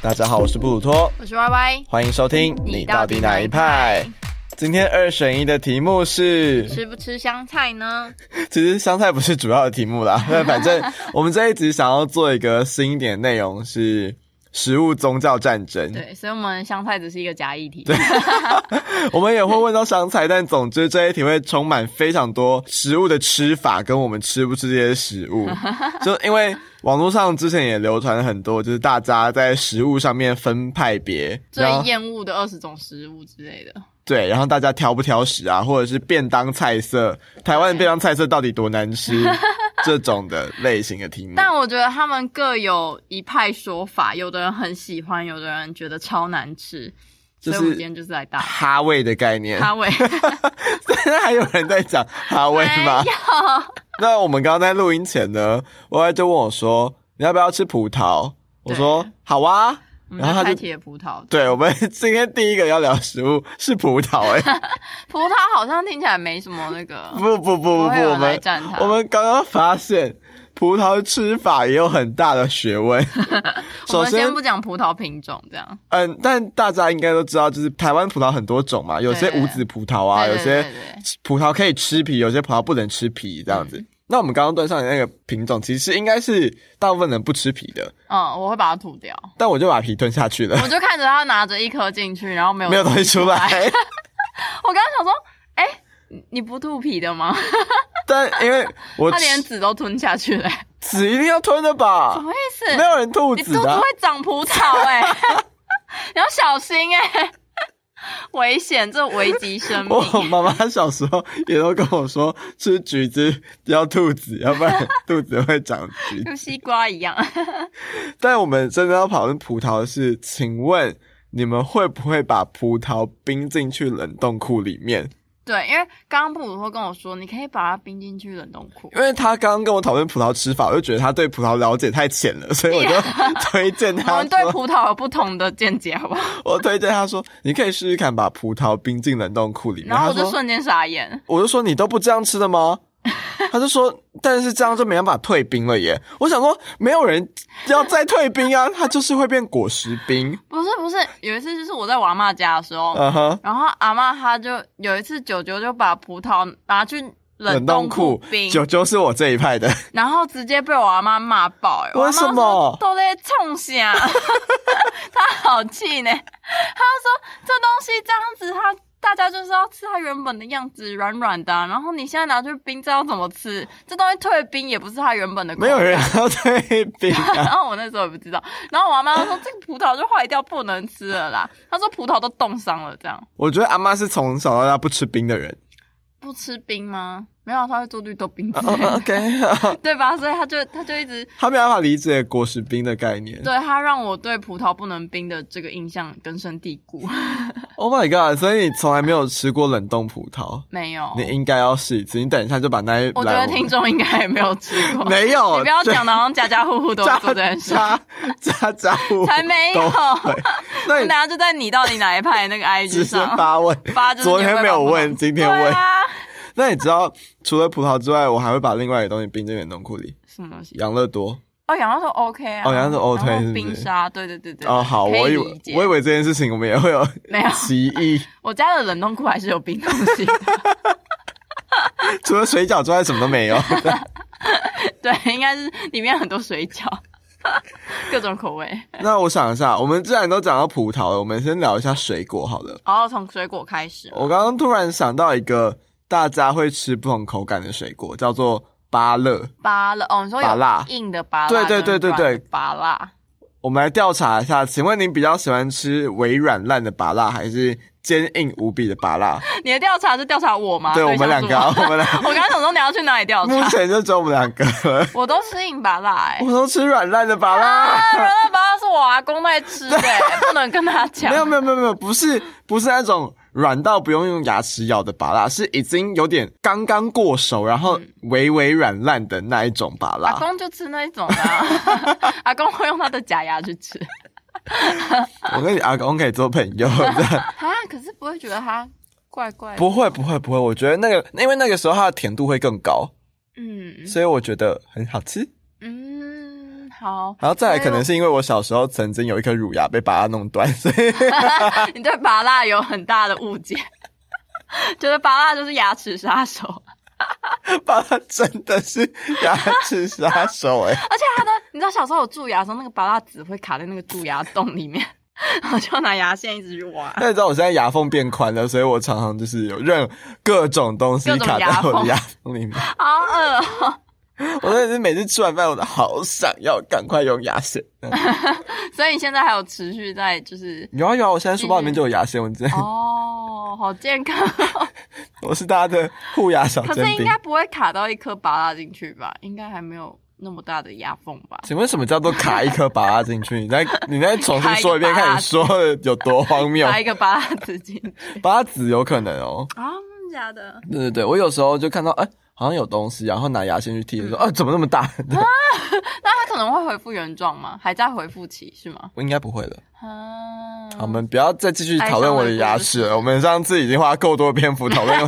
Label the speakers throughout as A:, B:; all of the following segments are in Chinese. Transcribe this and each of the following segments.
A: 大家好，我是布鲁托，
B: 我是 Y Y，
A: 欢迎收听。你到底哪一派？？今天二选一的题目是，
B: 吃不吃香菜呢？
A: 其实香菜不是主要的题目啦， 但反正我们这一集想要做一个新一点内容是食物宗教战争。
B: 对，所以我们香菜只是一个假议题。
A: 我们也会问到香菜，但总之这一题会充满非常多食物的吃法，跟我们吃不吃这些食 物。就因为网络上之前也流传很多，就是大家在食物上面分派别，
B: 最
A: 然后嗯
B: 厌恶的二十种食物之类的，
A: 对，然后大家挑不挑食啊，或者是便当菜色，台湾的便当菜色到底多难 吃这种的类型的题目。
B: 但我觉得他们各有一派说法，有的人很喜欢，有的人觉得超难吃，
A: 就
B: 所以
A: 是
B: 我们今天就是来 打
A: 哈味的概念，
B: 哈维。
A: 现在还有人在讲哈味
B: 没
A: 吗？
B: 有，
A: 那我们刚刚在录音前呢，我爱就问我说：“你要不要吃葡萄？”我
B: 对
A: 说：“好啊。”
B: 我
A: 然
B: 们
A: 后他
B: 在开
A: 就
B: 铁葡萄。
A: 对我们今天第一个要聊食物是葡萄、欸， 哎，
B: 葡萄好像听起来没什么那个，
A: 不不不不
B: 不
A: 不
B: 会，
A: 我
B: 有人来
A: 们
B: 赞它。
A: 我们刚刚发现葡萄吃法也有很大的学问。
B: 我
A: 首
B: 们
A: 先
B: 先不，讲葡萄品种，这样
A: 嗯，但大家应该都知道，就是台湾葡萄很多种嘛，有些
B: 对
A: 无籽葡萄啊，
B: 对
A: 有
B: 对
A: 些
B: 对对嗯
A: 葡萄可以吃皮，有些葡萄不能吃皮，这样子。那我们刚刚端上的那个品种，其实应该是大部分人不吃皮的，
B: 嗯，我会把它吐掉。
A: 但我就把皮吞下去了
B: 我，就看着他拿着一颗进去，然后没有。
A: 没有东西出来。
B: 我刚刚想说，哎、你你不吐皮的吗？
A: 但因为我
B: 他连籽都吞下去了、
A: 籽一定要吞的
B: 什
A: 吧，
B: 么意思？
A: 没有人吐
B: 你
A: 籽
B: 肚子
A: 的啊
B: 会。长葡萄 哎、你要小心哎、危险，这危及生命。
A: 我妈妈小时候也都跟我说，吃橘子要吐籽，要不然 肚子会长橘子。
B: 跟西瓜一样，
A: 但我们真的要讨论葡萄的是，请问你们会不会把葡萄冰进去冷冻库里面？
B: 对，因为刚刚布鲁托跟我说，你可以把它冰进去冷冻库
A: 因。为他刚刚跟我讨论葡萄吃法，我就觉得他对葡萄了解太浅了，所以我就 推荐
B: 哎我
A: 他
B: 们对
A: 说，
B: 葡萄有不同的见解，好不好？
A: 我推荐他说，你可以试试看把葡萄冰进冷冻库里面。
B: 然后我
A: 他
B: 就
A: 说
B: 瞬间傻眼，
A: 我就说你都不这样吃的吗？他就说，但是这样就没办法退冰了耶。我想说，没有人要再退冰啊，它就是会变果实冰。
B: 不是不是，有一次就是我在我阿妈家的时候，
A: 嗯哼，
B: 然后阿妈她就有一次，九九就把葡萄拿去冷冻库冰，
A: 九九是我这一派的，
B: 然后直接被我阿妈骂爆、欸。
A: 为
B: 我阿妈
A: 什么
B: 说都在冲啥？ 她好气呢，她说这东西这样子，她大家就是要吃它原本的样子，软软的啊、然后你现在拿去冰，这要怎么吃？这东西退冰也不是它原本的口
A: 没
B: 感，
A: 有人要退冰
B: 然
A: 啊。
B: 后我那时候也不知道，然后我阿妈说这个葡萄就坏掉，不能吃了啦。 她说葡萄都冻伤了，这样
A: 我觉得阿妈是从小到大不吃冰的 人。
B: 不吃冰吗？没有啊，她会做绿豆冰之
A: 哦
B: 类的
A: 哦 OK，
B: 对吧？所以他就他就一直
A: 她没办法理解果实冰的概念。
B: 对他让我对葡萄不能冰的这个印象根深蒂固。
A: Oh my god！所以你从来没有吃过冷冻葡萄，
B: 没有，
A: 你应该要试一次。你等一下就把那一
B: 哦我觉
A: 来
B: 得
A: 们
B: 听众应该也没有吃过。
A: 没有，
B: 你不要讲的好像家家户户都
A: 家
B: 做这件事，
A: 家家家户户
B: 才没有。
A: 都
B: 我
A: 对，那
B: 们
A: 你
B: 等下就在你到底哪一派那个
A: 直接
B: IG 上
A: 发问。
B: 发，就是
A: 昨
B: 你会
A: 天
B: 把
A: 没有
B: 葡萄
A: 问今天
B: 对
A: 问
B: 啊，
A: 那你知道，除了葡萄之外，我还会把另外一个东西冰进冷冻库里，
B: 什么东西？
A: 养乐多。
B: 哦，羊肉说 OK 啊，
A: 哦羊肉说 OK，
B: 然后
A: 是不是
B: 冰沙，对对对对。
A: 哦，好，
B: 可以
A: 我以
B: 理
A: 为
B: 解
A: 我以为这件事情我们也会有
B: 没 有，
A: 歧 义，
B: 我家的冷冻库还是有冰东西 的。
A: 除了水饺之外什么都没有。
B: 对，应该是里面很多水饺， 各种口味。
A: 那我想一下，我们既然都讲到葡萄了，我们先聊一下水果好了。
B: 然后从水果开始嘛，
A: 我刚刚突然想到一个大家会吃不同口感的水果，叫做芭乐。
B: 芭乐哦，你说
A: 芭乐
B: 有硬的芭乐，
A: 对对对对对，
B: 芭乐
A: 我们来调查一下，请问您比较喜欢吃微软烂的芭辣，还是坚硬无比的芭辣？
B: 你的调查是调查我吗？
A: 对我们
B: 象
A: 两
B: 是
A: 个啊，
B: 我
A: 我们 俩
B: 我刚刚想说你要去哪里调
A: 目
B: 查，
A: 前就只有我们两个了
B: 我都吃硬芭乐哎
A: 我。都吃软烂的芭
B: 啊，
A: 辣。
B: 软的芭乐是我阿公在 吃的欸，不能跟他讲
A: 没。有没有没有没有，不是不是那种软到不用用牙齿咬的芭辣，是已经有点刚刚过熟，然后
B: 嗯
A: 微微软烂的那一种芭
B: 阿
A: 辣。
B: 公就吃那一种的 啊，阿公会用他的假牙去吃
A: 我跟你阿公可以做朋 友，这样
B: 啊，可是不会觉得它怪怪的。
A: 不会不会不会，我觉得那个因为那个时候它的甜度会更高，
B: 嗯
A: 所以我觉得很好吃。
B: 嗯，好，
A: 然后再来，
B: 所以
A: 可能是因为我小时候曾经有一颗乳牙被把它弄断， 所以
B: 你对拔蜡有很大的误解， 觉得拔蜡就是牙齿杀手，
A: 把它真的是牙齿杀手哎、
B: 而且它的，你知道小时候我蛀牙的时候，那个拔蜡纸会卡在那个蛀牙洞里面， 我就拿牙线一直去挖。
A: 那你知道我现在牙缝变宽了，所以我常常就是有任各种东西
B: 各种
A: 卡在
B: 牙
A: 我的
B: 缝
A: 牙缝里面。
B: 好饿、哦，
A: 我真的是每次吃完饭，我都好想要赶快用牙线。
B: 所以你现在还有持续在 就是
A: 有啊有啊，我现在书包里面就有牙线，我真的、
B: 哦，好健康哦、
A: 我是大家的护牙小
B: 可
A: 尖
B: 是应
A: 兵。
B: 该不会卡到一颗拔蜡进去吧？应该还没有那么大的牙缝吧？
A: 请问什么叫做卡一颗拔蜡进去？你再你再重新说一遍，
B: 卡一个拔蜡
A: 看你说的有多荒 谬。
B: 拔一个拔蜡纸进去
A: 拔子有可能哦。
B: 啊？真的假的？
A: 对对对，我有时候就看到哎、好像有东西，然后拿牙线去剔，就说啊怎么那么 大？对
B: 那它可能会恢复原状吗？还在恢复期是吗？
A: 我应该不会了。
B: 啊，
A: 好我们不要再继续讨论我的牙齿
B: 哎上位故
A: 了。我们上次已经花够多篇幅讨论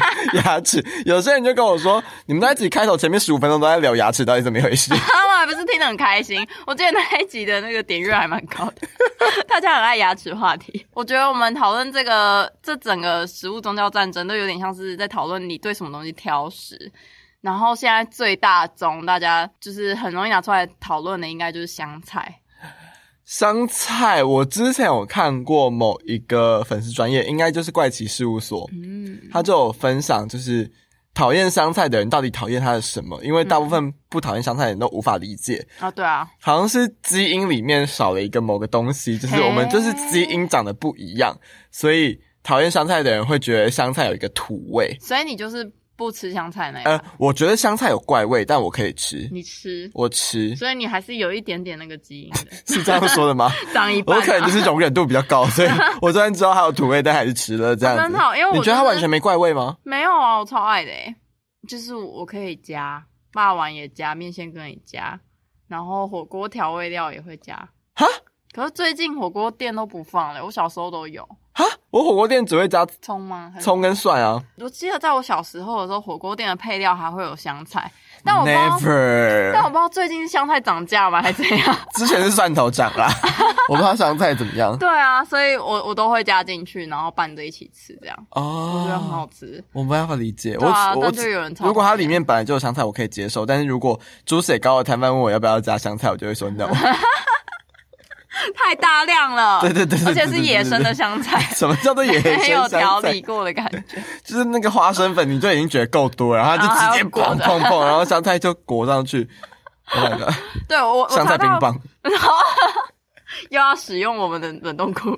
A: 牙齿，有些人就跟我说，你们那一集开头前面十五分钟都在聊牙齿，到底怎么回事？
B: 他们还不是听得很开心？我记得那一集的那个点阅还蛮高的， 大家很爱牙齿话题。我觉得我们讨论这个这整个食物宗教战争，都有点像是在讨论你对什么东西挑食。然后现在最大宗大家就是很容易拿出来讨论的，应该就是香菜。
A: 香菜，我之前有看过某一个粉丝专业，应该就是怪奇事务所，
B: 嗯，
A: 他就有分享，就是讨厌香菜的人到底讨厌它的什么？因为大部分不讨厌香菜的人都无法理解，
B: 啊，对啊，
A: 好像是基因里面少了一个某个东西，就是
B: 嘿
A: 我们就是基因长得不一样，所以讨厌香菜的人会觉得香菜有一个土味。
B: 所以你就是不吃香菜那一
A: 呃
B: 个，，
A: 我觉得香菜有怪味，但我可以吃，
B: 你吃，
A: 我吃
B: 所以你还是有一点点那个基因的，
A: 是这样说的 吗？
B: 长一半、
A: 我
B: 啊。
A: 可能就是容忍度比较高，所以我虽然知道它有土味，但还是吃了这样子。
B: 真的哦因为我
A: 你觉得它
B: 就是
A: 完全没怪味吗？
B: 没有啊，我超爱的欸，就是我可以加，霸王也加，面线羹也加，然后火锅调味料也会加。
A: 哈
B: 可是最近火锅店都不放了，我小时候都有
A: 哈，我火锅店只会加
B: 葱吗？还是
A: 葱。跟蒜啊
B: 我记得在我小时候的时候，火锅店的配料还会有香菜，但我不知道但我
A: ，never。
B: 不知道最近是香菜涨价吗，还是怎样？
A: 之前是蒜头长啦， 我不知道香菜怎么样
B: 对啊，所以我我都会加进去，然后拌着一起吃，这样我觉得很
A: 哦。
B: 好吃。
A: 我没办法理解，我
B: 对啊
A: 我
B: 但
A: 我
B: 就有人超
A: 如果它里面本来就有香菜，我可以接受。但是如果猪血糕的摊贩问我要不要加香菜，我就会说 no。
B: 太大量了，
A: 对对对对
B: 而且
A: 对
B: 是
A: 对
B: 野
A: 对
B: 生
A: 对
B: 的香菜，
A: 什么叫做野生
B: 没有调
A: 香菜
B: 理？过的感 觉。
A: 就是那个花生粉，你就已经觉得够多了，然后它就直接
B: 然后
A: 砰
B: 还要
A: 砰砰，然后香菜就裹上去。Oh my god！
B: 对 我，我
A: 香菜
B: 查
A: 冰
B: 到嗯
A: 棒，
B: 又要使用我们的冷冻库。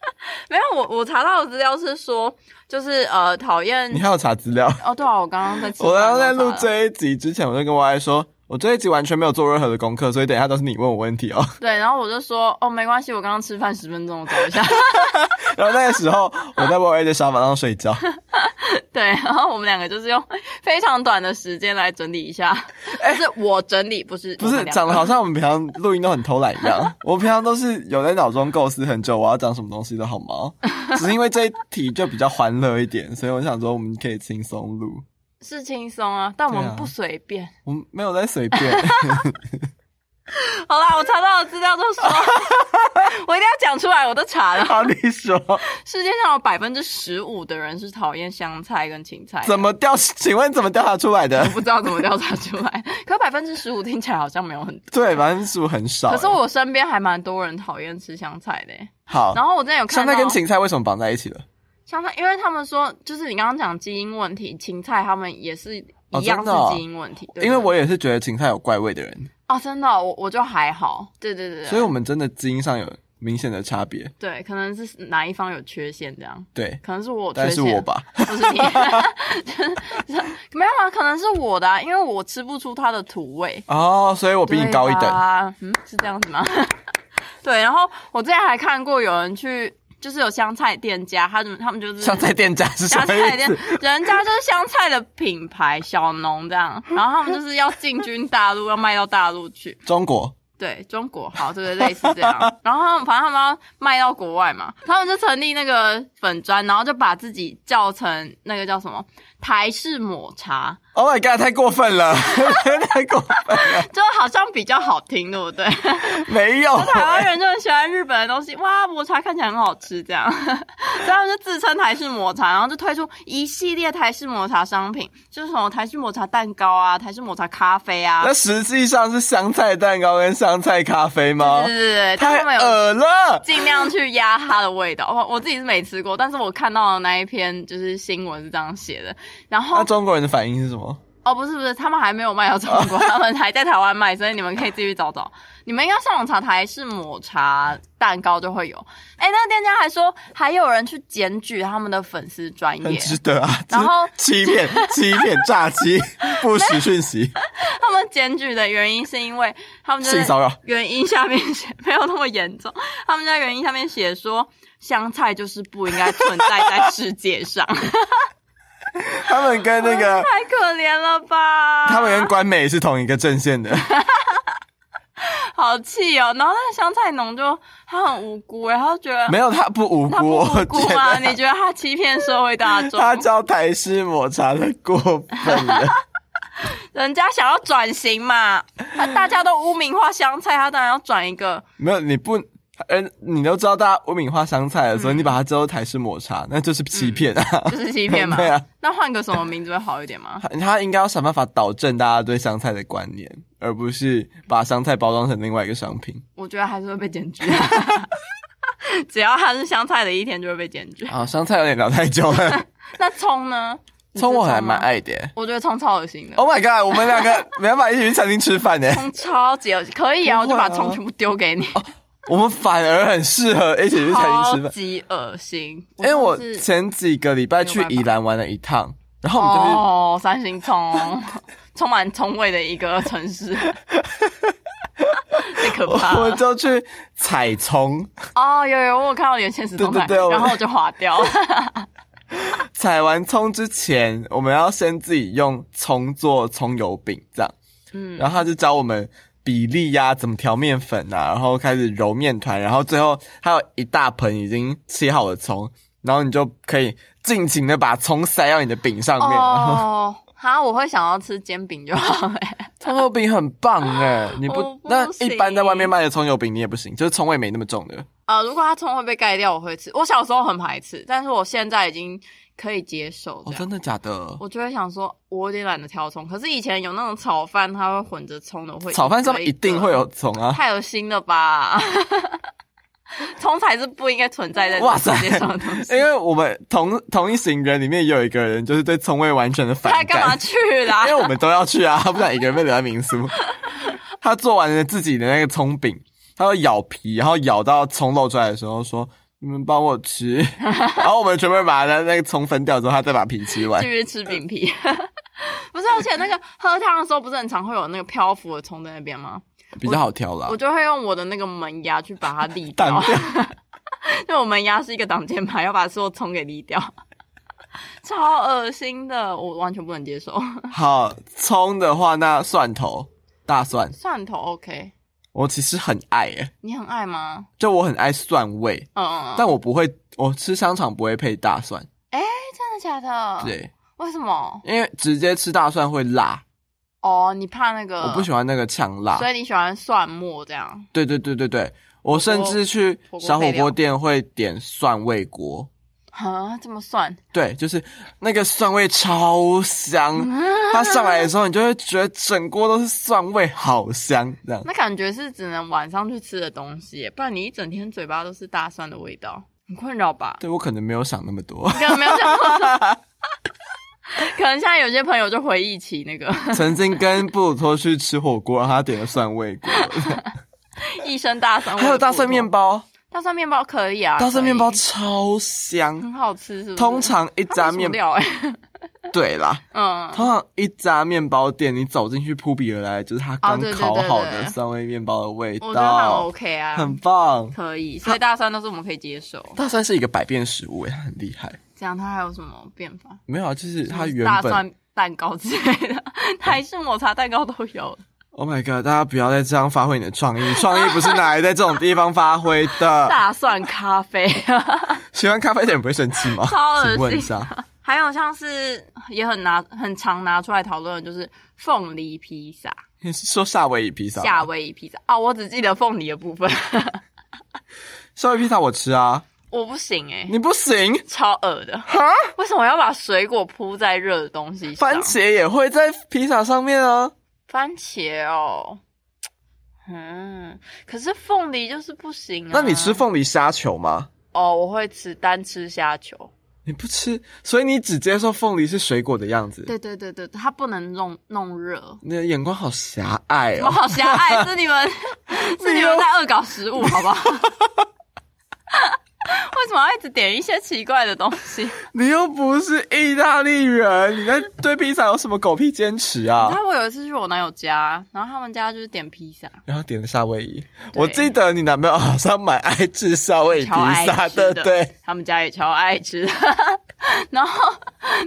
B: 没有，我我查到的资料是说，就是呃，讨厌
A: 你还有查资料？
B: 哦，对啊，我刚刚在吃饭
A: 我
B: 的时
A: 刚刚
B: 候
A: 在录
B: 查到
A: 这一集之前，我就跟 Y 说，我这一集完全没有做任何的功课，所以等一下都是你问我问题哦。
B: 对，然后我就说哦，没关系，我刚刚吃饭十分钟，我找一下。
A: 然后那个时候，我在 Y 的沙发上睡 觉。
B: 对，然后我们两个就是用非常短的时间来整理一下，就是我整理，不是
A: 哎不
B: 我
A: 是
B: 们两
A: 讲
B: 个
A: 的好像我们平常录音都很偷懒一 样，我平常都是有在脑中构思很久我要讲什么东西的好 吗？只是因为这一题就比较欢乐一点，所以我想说我们可以轻松录，
B: 是轻松啊，但我
A: 对啊
B: 们不随便。
A: 我们没有在随便。
B: 好啦，我查到的资料就 说，我一定要讲出来，我都查了。
A: 好，你说
B: 世界上有百分之十五的人是讨厌香菜跟芹菜的，
A: 怎么调？请问怎么调查出来的
B: 我？不知道怎么调查出 来？可百分之十五听起来好像没有很多，
A: 对，反正是不是很少欸？
B: 可是我身边还蛮多人讨厌吃香菜的耶。
A: 好，
B: 然后我之前有看
A: 香
B: 到
A: 菜跟芹菜为什么绑在一起了？
B: 香菜，因为他们说就是你刚刚讲基因问题，芹菜他们也是
A: 哦
B: 一样
A: 真的哦
B: 是基因问题。对
A: 因为
B: 对对
A: 我也是觉得芹菜有怪味的人，
B: 哦，真的哦、我我就还好，对对对对，啊
A: 所以我们真的基因上有明显的差别。
B: 对可能是哪一方有缺陷这样。
A: 对，
B: 可能是我有缺
A: 但
B: 陷，
A: 是我吧，
B: 不是你， 就是 没有啊，可能是我的、啊，因为我吃不出它的土味。
A: 哦，所以我比你高一
B: 对
A: 等。
B: 吧嗯，是这样子吗？ 对，然后我之前还看过有人去，就是有香菜店家，他们他们就是
A: 香菜店家是什
B: 香
A: 么
B: 菜
A: 意
B: 店
A: 思？，
B: 人家就是香菜的品牌小农这样，然后他们就是要进军大陆，要卖到大陆去。
A: 中国
B: 对中国好，对不对？类似这样。然后他们反正他们要卖到国外嘛，他们就成立那个粉砖，然后就把自己叫成那个叫什么台式抹茶，
A: Oh my god，太过分了， 太过分了，
B: 就好像比较好听，对不对？
A: 没有
B: 台湾人就很喜欢日本的东西，哇，抹茶看起来很好吃，这样， 所以他们就自称台式抹茶，然后就推出一系列台式抹茶商品，就是什么台式抹茶蛋糕啊，台式抹茶咖啡啊
A: 那，实际上是香菜蛋糕跟香菜咖啡吗
B: 对？对对，对但
A: 太
B: 他们有
A: 恶了！
B: 尽量去压它的味道。我我自己是没吃过，但是我看到的那一篇就是新闻是这样写的，然后
A: 那中国人的反应是什么？
B: 哦，不是不是，他们还没有卖到中 国，他们还在台湾卖，所以你们可以继续找找。你们应该上网查台式抹茶蛋糕就会有。哎、那店家还说还有人去检举他们的粉丝专
A: 很
B: 业，
A: 值得啊！
B: 然后
A: 这是欺 骗、欺骗、诈欺、不实讯息、
B: 他们检举的原因是因为他们就
A: 性
B: 在
A: 骚扰，
B: 原因下面写没有那么严重，他们在原因下面写说香菜就是不应该存在在世界 上，
A: 他们跟那个
B: 太可怜了吧？
A: 他们跟关美是同一个阵线的，
B: 好气哦，然后那个香菜农就他很无辜然后觉 得
A: 没有他不无
B: 他
A: 辜，
B: 不
A: 我
B: 无
A: 觉
B: 辜吗？
A: 得
B: 你觉得他欺骗社会大众？
A: 他叫台式抹茶的过分了。
B: 人家想要转型嘛，他大家都污名化香菜，他当然要转一个。
A: 没有，你不，呃，你都知道大家污名化香菜了，
B: 嗯
A: 所以你把它之后台式抹茶，那就是欺骗啊！
B: 就是欺骗嘛
A: 对啊，
B: 那换个什么名字会好一点吗？
A: 他 他应该要想办法导正大家对香菜的观念，而不是把香菜包装成另外一个商 品。
B: 我觉得还是会被检举。 只要他是香菜的一天就会被检举。
A: 啊，香菜有点聊太久 了，
B: 那葱呢？你吃
A: 葱我还
B: 吗
A: 蛮，爱的耶。
B: 我觉得葱超恶心的。
A: Oh my god，我们两个 没办法一起去餐厅吃饭呢，
B: 葱超级恶心，可以啊，我
A: 不
B: 就
A: 会啊
B: 把葱全部丢给
A: 哦
B: 你，
A: 我们反而很适合一起去餐厅吃
B: 超
A: 饭。
B: 级恶心。
A: 因为我
B: 真的是
A: 前几个礼拜
B: 没有
A: 去
B: 办法
A: 宜兰玩了一趟，然后我们就去
B: 哦，三星葱，充 满葱味的一个城市， 太可 怕
A: 我
B: 了。
A: 就去采葱，
B: 哦，有有，我有看到你的现实动态，
A: 对对对我
B: 然后我就划 掉。
A: 采完葱之前，我们要先自己用葱做葱油饼，这样。
B: 嗯，
A: 然后他就教我们比例呀、怎么调面粉啊，然后开始揉面团，然后最后还有一大盆已经切好的葱，然后你就可以尽情的把葱塞到你的饼上面。然后
B: 哦，哈，我会想要吃煎饼就好了。
A: 葱油饼很棒哎，你不
B: 我不
A: 那一般在外面
B: 行
A: 卖的葱油饼你也不行，就是葱味没那么重的。
B: 呃，如果它葱会被盖掉，我会吃。我小时候很排斥，但是我现在已经可以接受这
A: 哦，
B: 样。
A: 真的假的？
B: 我就会想说，我有点懒得挑葱。可是以前有那种炒饭，它会混着葱的，会
A: 炒饭上
B: 个
A: 面
B: 个
A: 一定会有葱啊！
B: 太恶心了吧！ 葱才是不应该存在在
A: 哇塞
B: 这
A: 哎
B: 个世界上的东西
A: 因。为我们同同一行人里面也有一个人就是对葱味完全的反
B: 他
A: 感，
B: 干嘛去啦
A: 因？ 为我们都要去啊，不想一个人被留在民宿。 他做完了自己的那个葱饼，他要咬皮，然后咬到葱露出来的时候说：“你们帮我吃。” 然后我们全部人把他那个葱分掉之后，他再把皮吃完
B: 继。续吃饼皮。 不是，而且那个喝汤的时候，不是很常会有那个漂浮的葱在那边吗？
A: 比较好挑啦
B: 我。就会用我的那个门牙去把它沥
A: 啊 挡
B: 掉， 因为我门牙是一个挡箭牌，要把所有葱给沥掉， 超恶心的，我完全不能接受。
A: 好，葱的话，那蒜头、大蒜，
B: 蒜头 OK，
A: 我其实很爱耶，
B: 你很爱吗？
A: 就我很爱蒜味，
B: 嗯嗯，嗯
A: 但我不会，我吃香肠不会配大蒜，
B: 真的假的？，
A: 对，
B: 为什么？
A: 因为直接吃大蒜会辣，
B: 哦，你怕那个？
A: 我不喜欢那个呛辣。
B: 所以你喜欢蒜末这样？
A: 对对对对对，我甚至去
B: 火锅
A: 小火
B: 配料
A: 锅店会点蒜味锅，
B: 啊，这么蒜？
A: 对，就是那个蒜味超香，
B: 嗯
A: 它上来的时候你就会觉得整锅都是蒜味，好香这样。
B: 那感觉是只能晚上去吃的东西耶，不然你一整天嘴巴都是大蒜的味道，很困扰吧？
A: 对我可能没有想那么 多，
B: 可能没有想过，可能现在有些朋友就回忆起那个
A: 曾经跟布鲁托去吃火锅，然后他点了蒜味锅，
B: 一身大蒜味，
A: 还有大蒜面，包，
B: 大嗯蒜面包可以啊，
A: 大蒜面包
B: 可以
A: 超香。
B: 很好吃，是不是？
A: 通常一
B: 它
A: 家
B: 没什么
A: 面
B: 料哎、
A: 对啦，
B: 嗯，
A: 通常一家面包店，你走进去扑鼻而来就是它刚
B: 对对
A: 烤
B: 对
A: 好
B: 哦对
A: 的蒜味面包的味
B: 我觉得很
A: 道，
B: OK 啊，
A: 很棒。
B: 可以，所以大蒜都是我们可以接受。
A: 大蒜是一个百变食物，哎，它很厉害。
B: 这样它还有什么变法？
A: 没有啊，就是它原
B: 大
A: 本
B: 蒜蛋糕之类的，台式抹茶蛋糕都有。
A: Oh my god！大家不要再这样发挥你的创 意，创意不是拿来在这种地方发挥的。
B: 大蒜咖 啡，
A: 喜欢咖啡的人不会生气吗？
B: 超恶心
A: 请问一 下，
B: 还有像是也很拿很常拿出来讨论的就是凤梨披萨、
A: 你是说夏威夷披萨吗？
B: 夏威夷披萨哦，我只记得凤梨的部分，
A: 夏威夷披萨我吃啊，
B: 我不行哎、
A: 你不行。
B: 超恶的，
A: 哈，
B: 为什么要把水果铺在热的东西上？
A: 番茄也会在披萨上面啊。
B: 番茄哦，嗯，可是凤梨就是不行啊。
A: 那你吃凤梨虾球吗？
B: 哦，我会吃单吃虾球。
A: 你不吃，所以你只接受凤梨是水果的样子。
B: 对对对对，它不能弄弄热。
A: 你的眼光好狭隘
B: 我
A: 哦。
B: 好狭隘，是你 们是你们在恶搞食物，好不好？ 为什么要一直点一些奇怪的东 西？
A: 你又不是意大利人，你在对披萨有什么狗屁坚持啊
B: 你知？道我有一次去我男友家，然后他们家就是点披萨，
A: 然后点了夏威夷，
B: 对
A: 我记得你男朋友好像蛮爱吃夏威夷披
B: 超爱
A: 萨
B: 吃的，嗯
A: 对不对？
B: 他们家也超爱吃的。 然后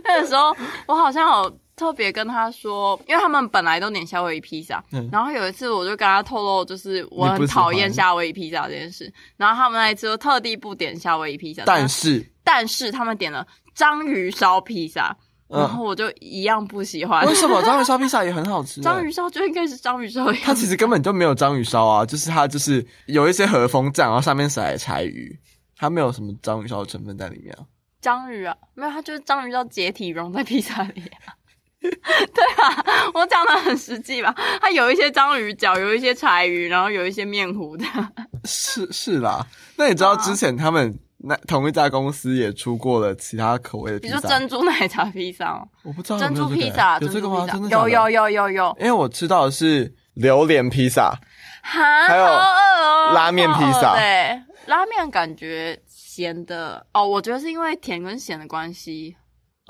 B: 那个时候，我好像有特别跟他说，因为他们本来都点夏威夷披萨，
A: 嗯
B: 然后有一次我就跟他透露，就是我
A: 你不
B: 很
A: 喜欢
B: 讨厌夏威夷披萨这件事。然后他们那一次就特地不点夏威夷披萨，
A: 但是
B: 但是他们点了章鱼烧披萨，
A: 嗯
B: 然后我就一样不喜欢。
A: 为什么章鱼烧披萨也很好吃呢？
B: 嗯章鱼烧就应该是章鱼烧的样子
A: 它其实根本就没有章鱼烧啊，就是它就是有一些和风酱，然后上面撒了柴鱼，它没有什么章鱼烧的成分在里面啊。
B: 章鱼啊，没有，它就是章鱼叫解体融在披萨里、啊。 对啊，我讲的很实际吧？它有一些章鱼脚，有一些柴鱼，然后有一些面糊的。
A: 是是啦，那你
B: 啊
A: 知道之前他们那同一家公司也出过了其他口味的
B: 比
A: 披
B: 如说
A: 萨？
B: 珍珠奶茶披萨哦，
A: 我不知道有
B: 珍
A: 没有这
B: 珠
A: 个
B: 披萨，
A: 有这
B: 珍
A: 个
B: 珠
A: 吗？
B: 披萨
A: 真的假
B: 有
A: 的，
B: 有有有有，
A: 因为我吃到的是榴莲披萨，
B: 哈，
A: 还有
B: 好饿哦，
A: 拉面披萨
B: 对，拉面感觉咸的哦，我觉得是因为甜跟咸的关系。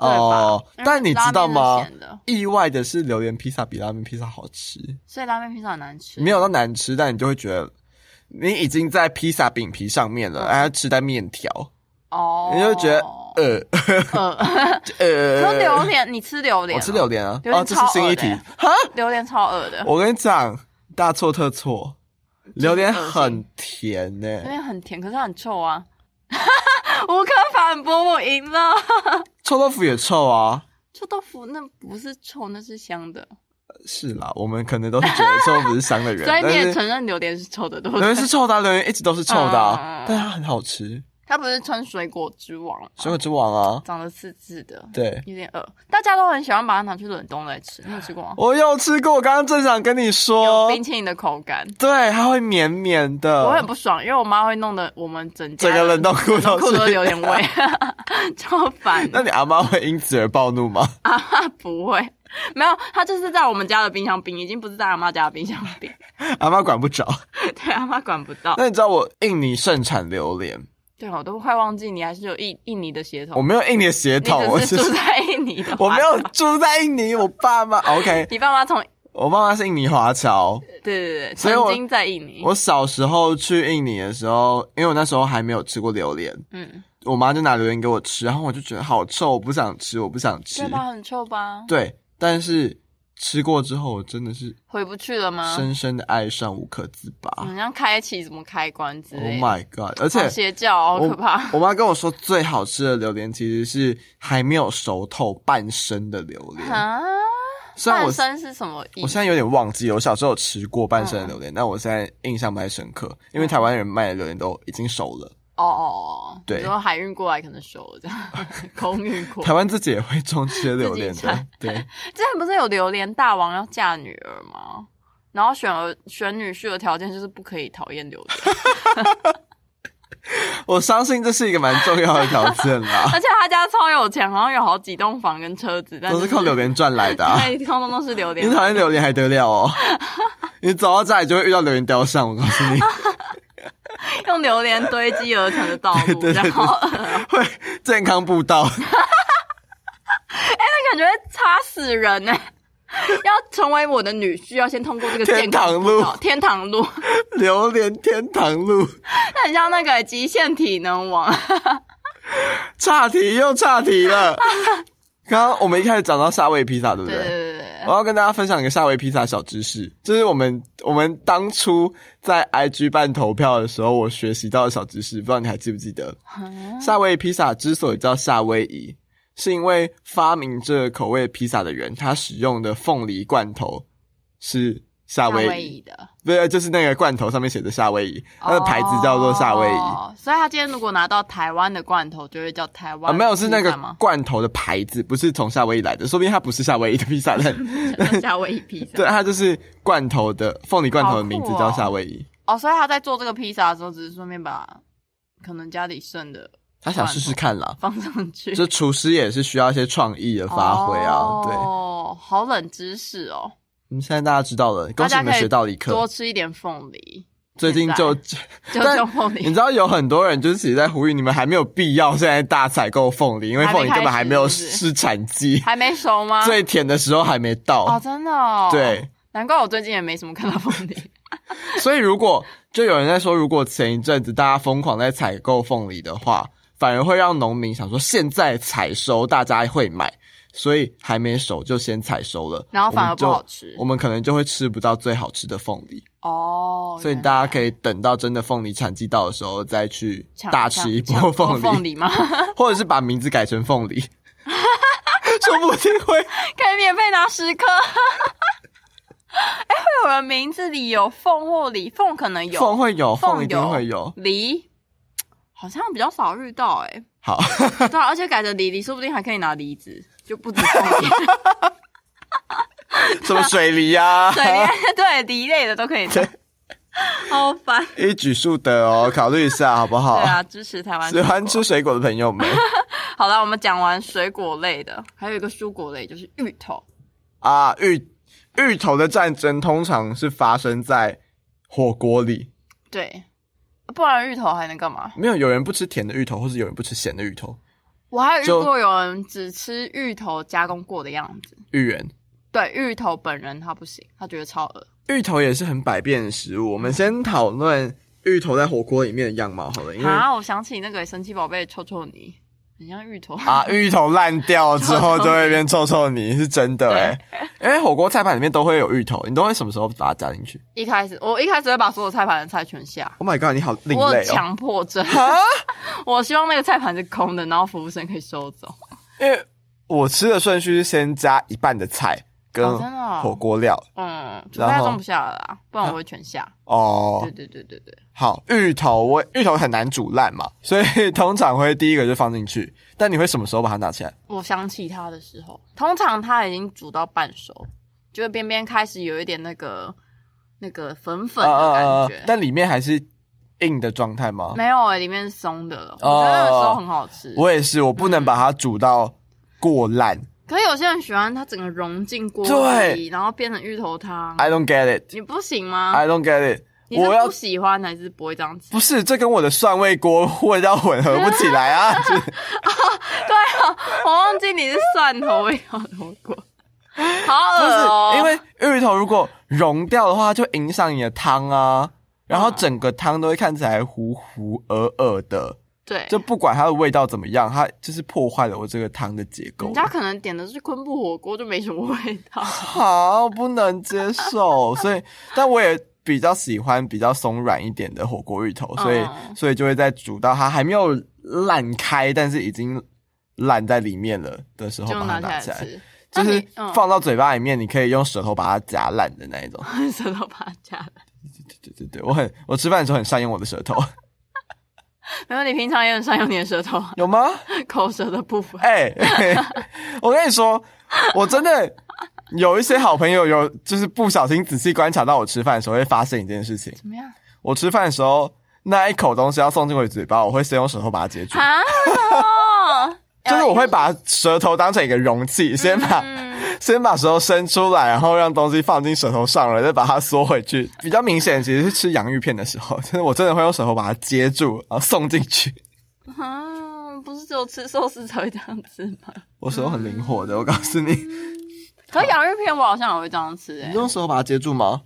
B: 对吧
A: 哦
B: 因为
A: 但你知道
B: 拉
A: 吗
B: 面是咸的，
A: 意外的是榴莲披萨比拉面披萨好吃，
B: 所以拉面披萨很难吃。
A: 没有到难吃，但你就会觉得你已经在披萨饼皮上面了，
B: 嗯
A: 还要吃在面条，
B: 哦，
A: 你就觉得呃
B: 呃，
A: 呃，
B: 说 榴莲，你吃榴莲哦？
A: 我吃榴莲啊，
B: 榴莲
A: 哦，这
B: 超
A: 是新
B: 恶
A: 一
B: 的
A: 题
B: 欸。
A: 哈，
B: 榴莲超恶 的，
A: 我跟你讲，大错特错，榴莲
B: 恶心
A: 很甜呢、
B: 榴莲很甜，可是它很臭啊！无可反驳，我赢了。
A: 臭豆腐也臭啊。
B: 臭豆腐那不是臭，那是香的，
A: 是啦，我们可能都是觉得臭豆腐是香的人，
B: 所以
A: 但
B: 你也
A: 是
B: 承认榴莲是臭的，对不
A: 榴
B: 对
A: 莲？是臭的啊、榴莲一直都是臭的、啊
B: 嗯，
A: 但它很好吃，
B: 它不是称水果之王吗，
A: 水果之王啊。
B: 长得刺刺的，
A: 对，
B: 有点恶。大家都很喜欢把它拿去冷冻来吃，你有吃过吗？
A: 我有吃过，我刚刚正想跟你
B: 有
A: 说，
B: 冰淇淋的口感，
A: 对，它会绵绵的，
B: 我很不爽，因为我妈会弄得我们整家
A: 整个冷冻库
B: 冷
A: 都
B: 冻库都
A: 是
B: 有 点味，超烦。
A: 那你阿妈会因此而暴怒吗？
B: 啊，不会，没有，他就是在我们家的冰箱冰，已经不是在阿妈家的冰箱 冰，
A: 阿妈管不着。
B: 对，阿妈管不到。
A: 那你知道我印尼盛产榴莲，
B: 对，我都快忘记你还是有印印尼的血
A: 我
B: 统，
A: 没有印尼的血统，我
B: 哦你只是
A: 是
B: 住在印尼的华 侨，
A: 我没有住在印尼，我爸 妈 OK，
B: 你爸妈从
A: 我爸妈是印尼华侨。
B: 对对对，
A: 所以
B: 曾
A: 我
B: 经在印尼，
A: 我小时候去印尼的时候，因为我那时候还没有吃过榴莲，
B: 嗯，
A: 我妈就拿榴莲给我吃，然后我就觉得好臭，我不想吃，我不想吃
B: 对。吧？很臭吧？
A: 对，但是吃过之后，我真的是
B: 回不去了吗？
A: 深深的爱上，无可自拔。
B: 好像开启什么开关之
A: Oh
B: 类的
A: my god！而
B: 好
A: 且
B: 邪教哦，好
A: 我
B: 可怕！
A: 我妈跟我说，最好吃的榴莲其实是还没有熟透半生的榴莲。
B: 啊，
A: 虽然我
B: 半生是什么意
A: 我
B: 思？
A: 现在有点忘记了，我小时候有吃过半生的
B: 嗯
A: 榴莲，但我现在印象不太深刻，因为台湾人卖的榴莲都已经熟了，
B: 哦哦哦，
A: 对
B: 然后海运过来可能熟了这样， 空运过来
A: 台。湾自己也会种这些榴莲
B: 自己
A: 的
B: 产。
A: 对，
B: 之前不是有榴莲大王要嫁女儿吗？然后选儿选女婿的条件就是不可以讨厌榴莲，
A: 我相信这是一个蛮重要的条件 啦，
B: 而且他家超有钱，好像有好几栋房跟车子，但
A: 都是靠榴
B: 莲，
A: 莲赚来的、啊。
B: 对，通通都是榴
A: 你
B: 莲。
A: 讨厌榴莲还得了 哦？你走到家里就会遇到榴莲雕像，我告诉你，
B: 啊用榴莲堆积而成的道路，
A: 对对对
B: 然后 那
A: 会健康步道。
B: 感觉差死人呢、 要成为我的女婿，要先通过这个
A: 天
B: 健康
A: 堂
B: 步
A: 路
B: 道天堂路，
A: 榴莲天堂路，
B: 那很像那个极限体能王。
A: 岔题又岔题了。刚刚我们一开始讲到沙威披萨，对不
B: 对对对对，
A: 我要跟大家分享一个夏威夷披萨小知识，这是我们我们当初在 IG 办投票的时候，我学习到的小知识，不知道你还记不记得？
B: 啊
A: 夏威夷披萨之所以叫夏威夷，是因为发明这个口味披萨的人，他使用的凤梨罐头是夏
B: 夏
A: 威
B: 威
A: 夷，
B: 夷哦的，
A: 对，就是那个罐头上面写着夏威夷，它的牌子叫做夏威夷。
B: 哦所以他今天如果拿到台湾的罐头，就会叫台湾
A: 啊，没有，是那
B: 披
A: 个
B: 萨 吗？
A: 罐头的牌子，不是从夏威夷来的，说不定它不是夏威夷的披萨 但
B: 夏威夷披萨。
A: 对，它就是罐头的凤梨罐头的名字
B: 好酷哦
A: 叫夏威夷。
B: 哦，所以他在做这个披萨的时候，只是顺便把可能家里剩的
A: 他想试试看啦，
B: 放上去，
A: 就厨师也是需要一些创意的发挥啊。对，
B: 哦，好冷知识哦，
A: 嗯，现在大家知道了，恭喜
B: 大
A: 你
B: 家
A: 们
B: 可以
A: 学到了一课
B: 多。吃一点凤梨，
A: 最近就，
B: 就
A: 但
B: 用凤
A: 你
B: 梨
A: 知。道有很多人就是自己在呼吁，你们还没有必要现在大采购凤梨，因为
B: 还没
A: 凤梨根本还没有
B: 开始是不是
A: 试产季，
B: 还没熟吗？
A: 最甜的时候还没
B: 哦，
A: 到。
B: 真的哦。
A: 对，
B: 难怪我最近也没什么看到凤梨。
A: 所以如果就有人在说，如果前一阵子大家疯狂在采购凤梨的话，反而会让农民想说现在采收大家会买，所以还没熟就先采收了，
B: 然后反而不
A: 我们就
B: 好吃
A: 我们可能就会吃不到最好吃的凤梨。
B: 哦，
A: 所以大家可以等到真的凤梨产季到的时候再去
B: 抢
A: 大吃一
B: 抢抢
A: 波
B: 过
A: 凤
B: 凤
A: 梨，
B: 梨吗？
A: 或者是把名字改成凤 梨，说不定会
B: 可以免费拿十颗。 哎、会有人名字里有凤或梨，凤可能有，
A: 凤会有，
B: 凤
A: 凤一定会有。
B: 梨，好像比较少遇到哎、
A: 好，
B: 对啊、而且改成梨梨，说不定还可以拿梨子，就 不止凤梨，
A: 什么水梨呀、
B: 对梨对梨类的都可以拿。好烦。
A: 一举数得哦，考虑一下好不
B: 对
A: 好？
B: 啊，支持台湾
A: 喜
B: 水果。
A: 欢吃水果的朋友 们
B: 好了，我们讲完水果类的，还有一个蔬果类，就是芋头。
A: 啊，芋芋头的战争通常是发生在火锅里，
B: 对，不然芋头还能干嘛？
A: 没有有人不吃甜的芋头，或是有人不吃咸的芋头，
B: 我还有
A: 就
B: 遇过有人只吃芋头加工过的样子。
A: 芋圆。
B: 对，芋头本人他不行，他觉得超恶。
A: 芋头也是很百变的食物。我们先讨论芋头在火锅里面的样貌好了，因为
B: 啊，我想起那个神奇宝贝臭臭泥，很像芋头。
A: 啊，芋头烂掉之后就会变臭臭 泥，是真的哎、因为火锅菜盘里面都会有芋头，你都会什么时候把它加进去
B: 一开始我一开始会把所有菜盘的菜全下，
A: ？Oh my god，你好另
B: 我有
A: 类哦！
B: 强迫症。 我希望那个菜盘是空的，然后服务生可以收走。
A: 因为我吃的顺序是先加一半的菜跟
B: 哦真的哦
A: 火锅料
B: 嗯，除非
A: 然后啊
B: 他装不下了啦，不然我会全下。
A: 哦
B: 对。对对对对，
A: 好，芋头我芋头很难煮烂嘛， 所以通常会第一个就放进去。但你会什么时候把它拿起来？
B: 我想起它的时候，通常它已经煮到半熟，就是边边开始有一点那个那个粉粉
A: 啊
B: 的感觉。
A: 但里面还是硬的状态吗？
B: 没有哎、里面是松的了。我
A: 哦
B: 觉得那个时候很好吃。
A: 我也是，我不能把它煮到过烂。
B: 可是有些人喜欢它整个融进锅
A: 对
B: 里，然后变成芋头汤。
A: I don't get it.
B: 你不行吗？
A: I don't get it.
B: 嗯你是
A: 我要
B: 不喜欢还是不会这样吃？
A: 不是这跟我的蒜味锅味道混合不起来啊！ 就是
B: 对啊，我忘记你是蒜头味道的火锅，好
A: 不
B: 恶哦、
A: 是因为芋头如果融掉的话，就影响你的汤啊，然
B: 嗯
A: 后整个汤都会看起来糊糊鹅鹅的。
B: 对，
A: 就不管它的味道怎么样，它就是破坏了我这个汤的结构
B: 人。家可能点的是昆布火锅，就没什么味 道。
A: 好，不能接受，所以但我也比较喜欢比较松软一点的火锅芋头，所以、
B: 嗯
A: 所以就会在煮到它还没有烂开，但是已经烂在里面了的时候
B: 就
A: 把它
B: 拿
A: 拿
B: 起
A: 起
B: 来
A: 来，
B: 吃。
A: 就
B: 那
A: 是
B: 你嗯
A: 放到嘴巴里面，你可以用舌头把它夹烂的那一种。
B: 舌头把它夹了。
A: 对对对，我很我吃饭的时候很善用我的舌头，
B: 没有，你平常也很善用你的舌头啊，
A: 有吗？
B: 口舌的部分。
A: 哎、 我跟你说，我真的有一些好朋友有就是不小心仔细观察到我吃饭的时候会发现一件事情。
B: 怎么样？
A: 我吃饭的时候，那一口东西要送进我嘴巴，我会先用舌头把它接 住，
B: 啊？为什么
A: 就是我会把舌头当成一个容器，先把、
B: 哎嗯
A: 先把舌头伸出来，然后让东西放进舌头上了，再把它缩回去。比较明显，其实是吃洋芋片的时候， 就是我真的会用舌头把它接住，然后送进去。
B: 啊，不是只有吃寿司才会这样吃吗？
A: 我舌头很灵活的，我告诉你，
B: 可洋芋片我好像也会这样吃哎、
A: 你用舌头把它接住吗？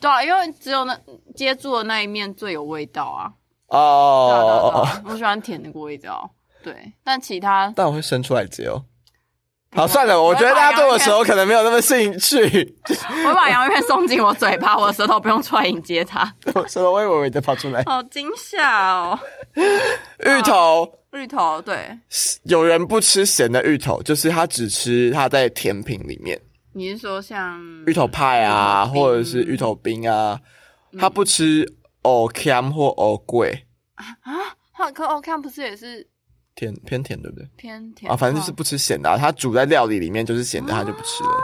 B: 对啊，因为只有那接住的那一面最有味道啊。对啊对啊对
A: 哦，
B: 啊，我喜欢甜的味道。对，但其他
A: 但我会伸出来接哦。好，算了，我觉得大家对我舌头可能没有那么兴趣，
B: 我把洋芋片送进我嘴巴，我的舌头不用出来迎 接它，
A: 我舌头微微的跑出 来。
B: 好惊吓哦！
A: 芋头，
B: 芋头对，
A: 有人不吃咸的芋头，就是他只吃它在甜品里面，
B: 你是说像
A: 芋头派啊，
B: 嗯
A: 或者是芋头冰啊，他不吃藕 cam 或藕桂，
B: 它啊可 O K 不是也是
A: 甜偏甜对不对？
B: 偏甜哦
A: 啊，反正就是不吃咸的、啊，他煮在料理里面就是咸的，他就不吃了。
B: 啊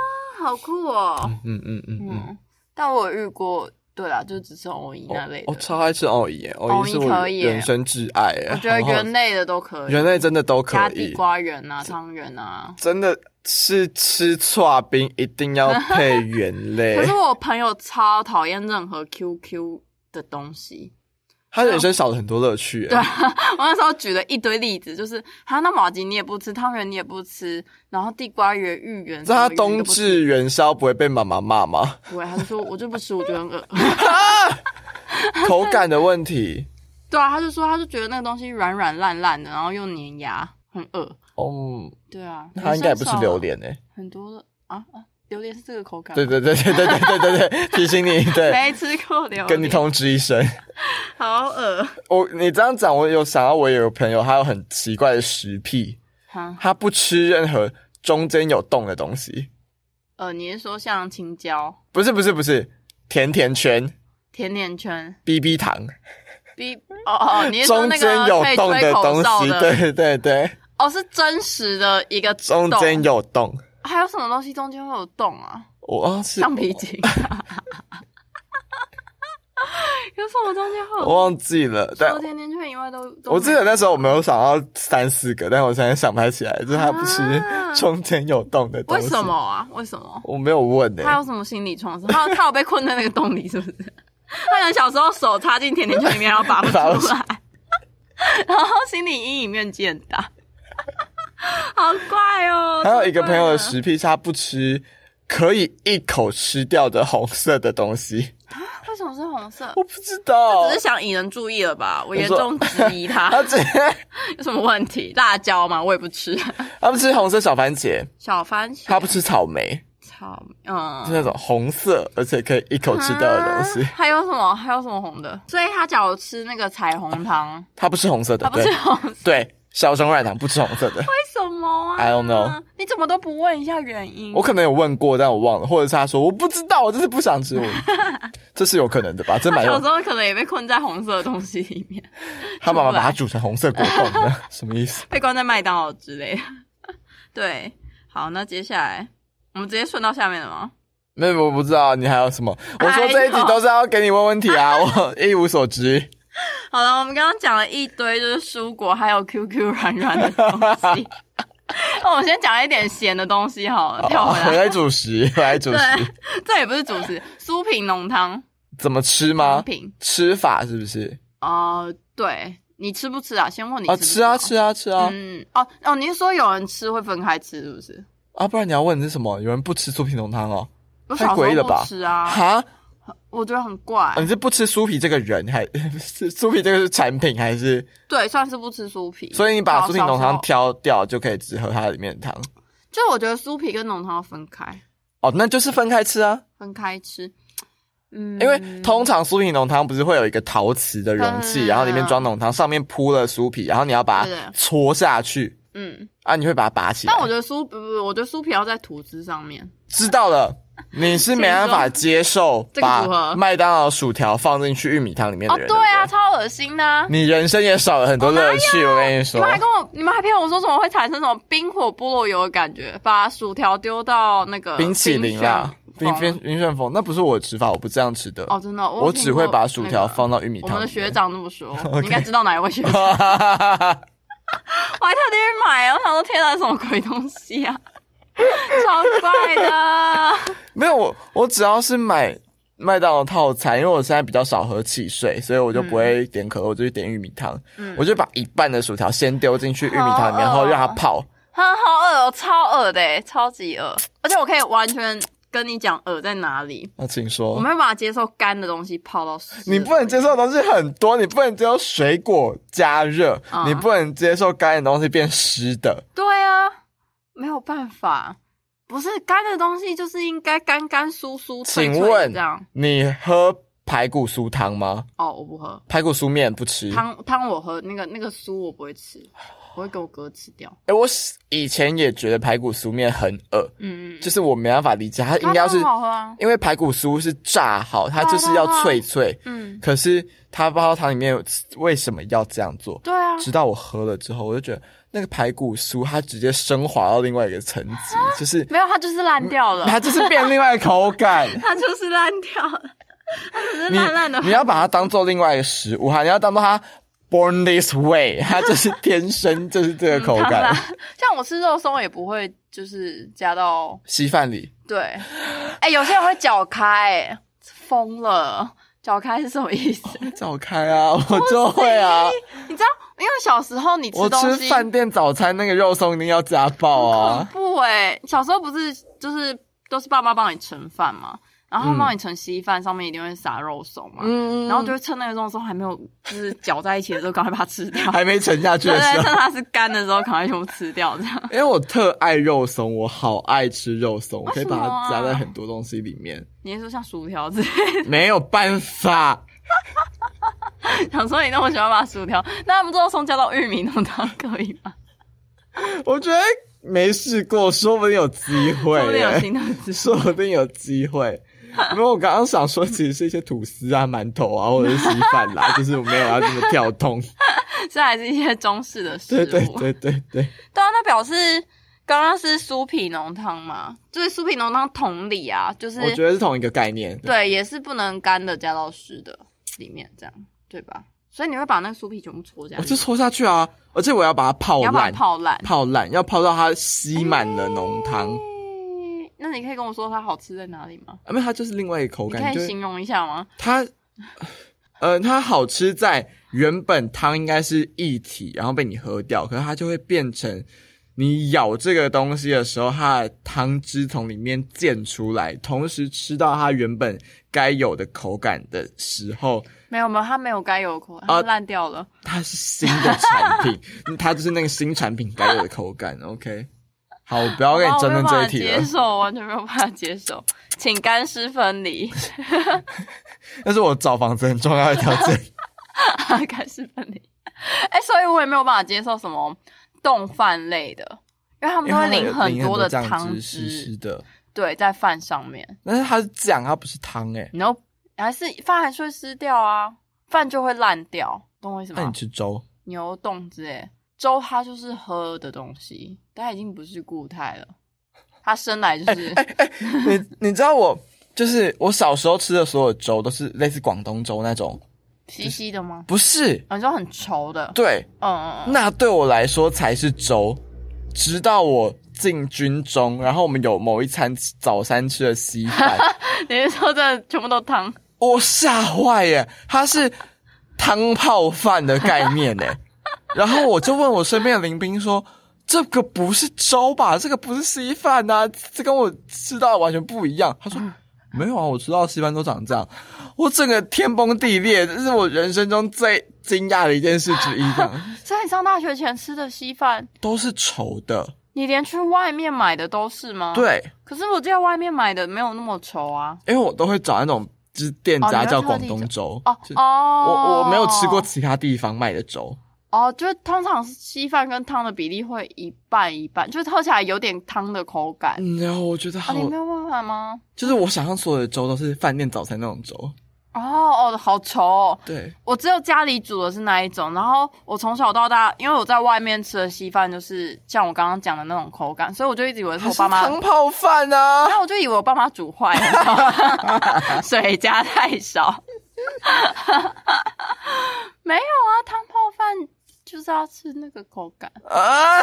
B: 好酷哦，
A: 嗯嗯嗯嗯。
B: 嗯，但我有遇过，对啦，就只是藕泥那类的
A: 我、，哦超爱吃藕姨，藕
B: 藕
A: 姨
B: 姨
A: 是我
B: 可以耶
A: 人生挚爱啊耶。
B: 我觉得
A: 好好
B: 圆类的都可以，
A: 人类真的都可
B: 加地
A: 以，
B: 瓜圆啊、汤圆啊。
A: 真的是吃串冰一定要配原类
B: 可。是我朋友超讨厌任何 QQ 的东西，
A: 他人生少了很多乐趣耶。
B: 对我那时候举了一堆例子，就是啊，那马吉你也不吃，汤圆你也不吃，然后地瓜圆、芋圆，
A: 你知道他
B: 什么圆你
A: 冬
B: 都不吃
A: 至元宵不会被妈妈骂吗？
B: 不会，他就说我就不吃，我觉得很恶。
A: 口感的问题。
B: 对啊，他就说他就觉得那个 东西软软烂烂的，然后又粘牙，很恶。
A: 哦，
B: 对啊，
A: 他应该也不吃
B: 很
A: 榴，莲诶。
B: 很多的啊啊，榴莲是这个口感，
A: 对，对对对对对对对对，提醒你， 对，
B: 没吃过榴莲，
A: 跟你通知一声。
B: 好恶。
A: 我你这样讲，我有想到我有朋友，他有很奇怪的食癖，
B: 哈，
A: 他不吃任何中间有洞的东西。
B: 呃，你是说像青椒、
A: 不是不是不是，甜甜圈、
B: 甜甜圈、
A: B B 糖，
B: B？哦哦，你是说
A: 中
B: 那
A: 间
B: 个
A: 有
B: 可以
A: 洞
B: 吹口
A: 东
B: 哨
A: 西，
B: 的？
A: 对对对，
B: 哦，是真实的一个
A: 中
B: 洞
A: 间有洞。
B: 还有什么东西中间会有洞啊？
A: 我忘记
B: 橡皮筋。啊 有什么中间会有
A: 我忘记了，
B: 除
A: 但
B: 了甜甜圈以外都，都
A: 我记
B: 没有
A: 得那时候我没有想到三四个，但我现在想不太起来，就是他不
B: 啊
A: 吃中间有洞的东
B: 为
A: 西。
B: 什么？啊？为什么？
A: 我没有问欸呢、
B: 他有什么心理创伤？他有他有被困在那个洞里，是不是？ 他可能小时候手插进甜甜圈里面，然后拔不
A: 拔不
B: 出
A: 出
B: 来， 然后心理阴影面积很大，好怪哦。
A: 还有一个朋友的
B: 是
A: 食癖是他不吃可以一口吃掉的红色的东西，
B: 为什么是红色？
A: 我不知道
B: 只是。想引人注意了吧？我
A: 你
B: 严
A: 说
B: 重质疑他
A: 他直接
B: 有什么问题。辣椒嘛，我也不吃。
A: 他不吃红色小番茄，
B: 小番茄，
A: 他不吃草莓，
B: 草莓，
A: 是
B: 嗯，
A: 那种红色而且可以一口吃掉的东西
B: 啊。还有什么？还有什么红的？所以他假如吃那个彩虹糖，
A: 他不吃红色的
B: 他，不
A: 对
B: 是红色，为
A: 对，小熊软糖不吃红色 的。
B: 什么啊
A: I don't know
B: 你怎么都不问一下原因？
A: 我可能有问过，但我忘了，或者是他说我不知道，我就是不想吃， 我这是有可能的吧？这
B: 他
A: 蛮
B: 小
A: 有
B: 时，候可能也被困在红色的东西里面，
A: 他妈妈
B: 出来
A: 把它煮成红色果冻 的，什么意思？
B: 被关在麦当劳之类的。 对，好，那接下来我们直接顺到下面了吗？
A: 那我不知道你还有什么？我说
B: 哎
A: 这一集
B: 呦
A: 都是要给你问问题啊，我一无所知。
B: 好了，我们刚刚讲了一堆就是蔬果，还有 QQ 软软的东西。那我们先讲一点咸的东西好了， 跳回
A: 回
B: 来。
A: 哦来主 食，回 来主食，
B: 对， 这也不是主食，酥皮浓汤
A: 怎么吃
B: 浓
A: 吗？
B: 品。
A: 吃法是不是？
B: 哦、对你吃不吃啊？先问你
A: 啊，
B: 不
A: 吃啊，
B: 好
A: 吃啊，吃啊！
B: 嗯，哦哦，你是说有人吃会分开吃，是不是？
A: 啊，不然你要问是什么？有人不吃酥皮浓汤哦？
B: 我
A: 太
B: 小时
A: 诡异
B: 候
A: 了
B: 不
A: 吧
B: 吃啊，
A: 哈，啊
B: 我觉得很怪。
A: 你是不吃酥皮这个人，还 是酥皮这个是产品，还是？
B: 对，算是不吃酥皮。
A: 所以你把
B: 小
A: 酥皮浓
B: 小时
A: 汤
B: 候
A: 挑掉，就可以只喝它里面的汤。
B: 就我觉得酥皮跟浓汤要分开，
A: 哦，那就是分开吃啊，
B: 分开吃。嗯，
A: 因为通常酥皮浓汤不是会有一个陶瓷的容器，
B: 嗯
A: 然后里面装浓汤，上面铺了酥皮，然后你要把
B: 对
A: 它
B: 的
A: 搓下去
B: 嗯，
A: 啊，你会把它拔起来。
B: 但我觉得酥不不，我觉得酥皮要在吐司上面。
A: 知道了，你是没办法接受
B: 这个组
A: 把
B: 合
A: 麦当劳薯条放进去玉米汤里面
B: 哦
A: 的，人。
B: 对啊，
A: 不
B: 超恶心的、啊
A: 对，。你人生也少了很多乐趣。我跟你
B: 你
A: 说
B: 们，还跟我，你们还骗我说什么会产生什么冰火菠萝油的感觉？把薯条丢到那个
A: 冰淇淋啦，
B: 冰
A: 冰
B: 旋
A: 冰冰旋风，那不是我的吃法，我不这样吃的。
B: 哦，真的，我
A: 我
B: 有听
A: 只会
B: 过
A: 把薯
B: 那
A: 条
B: 个
A: 放到玉米汤
B: 我
A: 里面。
B: 们的学长这么 说，你应该知道哪一位学长。我
A: 哈哈哈哈哈。
B: 还特地去买，我想说天哪，啊什么鬼东西啊， 超怪的。
A: 没有，我我只要是买麦当劳套餐，因为我现在比较少喝汽水，所以我就不会点可乐，我就去点玉米汤。
B: 嗯
A: 我就把一半的薯条先丢进去玉米汤里面，然
B: 好饿
A: 后
B: 哦
A: 让它泡。
B: 他好恶哦，超恶的欸，超级恶，而且我可以完全跟你讲恶在哪里。
A: 那请
B: 我
A: 说
B: 没，有办法接受干的东西泡到湿。
A: 你不能接受的东西很多，你不能接受水果加热，
B: 嗯
A: 你不能接受干的东西变湿的。
B: 对啊，没有办法，不是干的东西就是应该干干酥酥脆
A: 请
B: 脆
A: 问
B: 这样。
A: 你喝排骨酥汤吗？
B: 哦，我不喝
A: 排骨酥面不吃？哎、
B: 汤汤，我喝那个那个酥我不会吃，我会给我哥吃掉。
A: 哎我以前也觉得排骨酥面很恶，
B: 嗯，
A: 就是我没办法理解，它应该要是
B: 它很好喝啊。
A: 因为排骨酥是炸好，它就是要脆脆，
B: 嗯，
A: 可是它泡到汤里面有为什么要这样做？
B: 对啊，
A: 直到我喝了之后，我就觉得那个排骨酥它直接升华到另外一个层级， 就是
B: 没有，它就是烂掉了，
A: 它就是变另外一个口感。
B: 它就是烂掉了，它只是
A: 你
B: 烂烂的。
A: 你要把它当做另外一个食物哈，你要当做它 born this way，它就是天生就是这个口
B: 当然
A: 感。
B: 像我吃肉松也不会就是加到
A: 稀饭里
B: 对，哎、有些人会搅开、哎疯了，搅开是什么意思？
A: 早开 啊，我就会啊，
B: 你知道， 因为小时候你
A: 我
B: 吃东
A: 吃
B: 西
A: 饭店早餐那个肉松一定要加爆
B: 很恐
A: 啊，
B: 怖哎、小时候不是就是都是爸妈帮你盛饭嘛，然后
A: 嗯
B: 帮你盛稀饭，上面一定会撒肉松嘛，
A: 嗯，
B: 然后就会趁那个肉松还没有就是搅在一起的时候，赶快把它吃 掉。
A: 还没沉下去
B: 对
A: 的时
B: 对，
A: 候
B: 啊趁。它是干的时候，赶快全部吃掉，这样。
A: 因为我特爱肉松，我好爱吃肉松，我可以
B: 为什
A: 把
B: 么啊
A: 它夹在很多东西里面，
B: 你是说像薯条之类
A: 没有办法。
B: 的？ 想说你那么喜欢把薯条，那他们肉松加到玉米浓汤可以吗？
A: 我觉得没试过，说不定有机会、
B: 说不定有
A: 耶
B: 新的知识。
A: 说不定有机会。因为我刚刚想说，其实是一些吐司啊、馒头啊，或者是稀饭啦， 就是我没有要这么跳动。
B: 这还是一些中式的食物。
A: 对对对对对，
B: 对啊，那表示刚刚是酥皮浓汤嘛，就是酥皮浓汤同理啊，就是
A: 我觉得是同一个概念。
B: 对，也是不能干的加到湿的里面，这样对吧？所以你会把那个酥皮全部搓加
A: 我
B: 进
A: 就
B: 去，
A: 戳下去啊，而且我要把它泡
B: 你要把
A: 烂
B: 它，泡烂。
A: 泡烂，要泡到它吸满了浓汤。
B: 嗯那你可以跟我说它好吃在哪里吗？
A: 啊，没有，它就是另外一个口
B: 你
A: 感，
B: 可
A: 就
B: 以
A: 是
B: 形容一下吗？
A: 它，呃，它好吃在原本汤应该是一体，然后被你喝掉，可是它就会变成你咬这个东西的时候，它的汤汁从里面溅出来，同时吃到它原本该有的口感的时候，
B: 没有没有，它没有该有的口感，它
A: 啊
B: 烂掉了。
A: 它是新的产 品，它就是那个新产品该有的口感。OK，好，我不要跟你
B: 哇我
A: 争
B: 没有
A: 论
B: 办
A: 这一
B: 法
A: 题
B: 接
A: 了，
B: 受，完全没有办法接受，请干湿分离，
A: 那是我找房子很重要的条件。
B: 干湿分离。哎、所以我也没有办法接受什么冻饭类的，因 为他们都会
A: 因为
B: 淋
A: 它有
B: 很多的
A: 酱
B: 汤
A: 湿湿的。
B: 对，在饭上面，
A: 但是它是酱，它不是汤哎、
B: 然后还是饭还是会湿掉啊，饭就会烂掉，懂我意思
A: 那
B: 吗
A: 你？吃粥？
B: 牛冻之类，粥它就是喝的东西，它已经不是固态了，它生来就是、
A: 哎你你 知道我就是我小时候吃的所有粥都是类似广东粥那种，
B: 稀稀的吗？
A: 不是？
B: 啊，你说很稠的，
A: 对，
B: 嗯嗯嗯，
A: 那对我来说才是粥。直到我进军中，然后我们有某一餐吃早餐吃的稀饭，
B: 你是说这全部都汤？
A: 我哦吓坏耶！它是汤泡饭的概念 耶。然后我就问我身边的林兵说：“这个不是粥吧？这个不是稀饭呐、这跟我吃到的完全不一样。”他说：“
B: 嗯
A: 没有啊，我吃到的稀饭都长这样。”我整个天崩地裂，这是我人生中最惊讶的一件事之一。这 样
B: 所以你上大学前吃的稀饭，
A: 都是稠的，
B: 你连去外面买的都是吗？。
A: 对，
B: 可是我记得外面买的没有那么稠啊。
A: 因为我都会找那种就是店
B: 哦
A: 家
B: 你会
A: 叫
B: 特
A: 广
B: 地
A: 东
B: 找
A: 粥。
B: 哦
A: 就
B: 哦，
A: 我我没有吃过其他地方卖的粥。
B: 哦，就是通常稀饭跟汤的比例会一半一半，就是喝起来有点汤的口感。
A: 嗯，然后我觉得
B: 啊，
A: 好
B: 你没有办法吗？
A: 就是我想象所有的粥都是饭店早餐那种粥，
B: 哦哦，好稠、哦！
A: 对，
B: 我只有家里煮的是那一种，然后我从小到大，因为我在外面吃的稀饭就是像我刚刚讲的那种口感，所以我就一直以为是我爸妈
A: 它是汤泡饭啊
B: 然，后我就以为我爸妈煮坏了， 水加太少。没有啊，汤泡饭就是要吃那个口感。
A: 啊，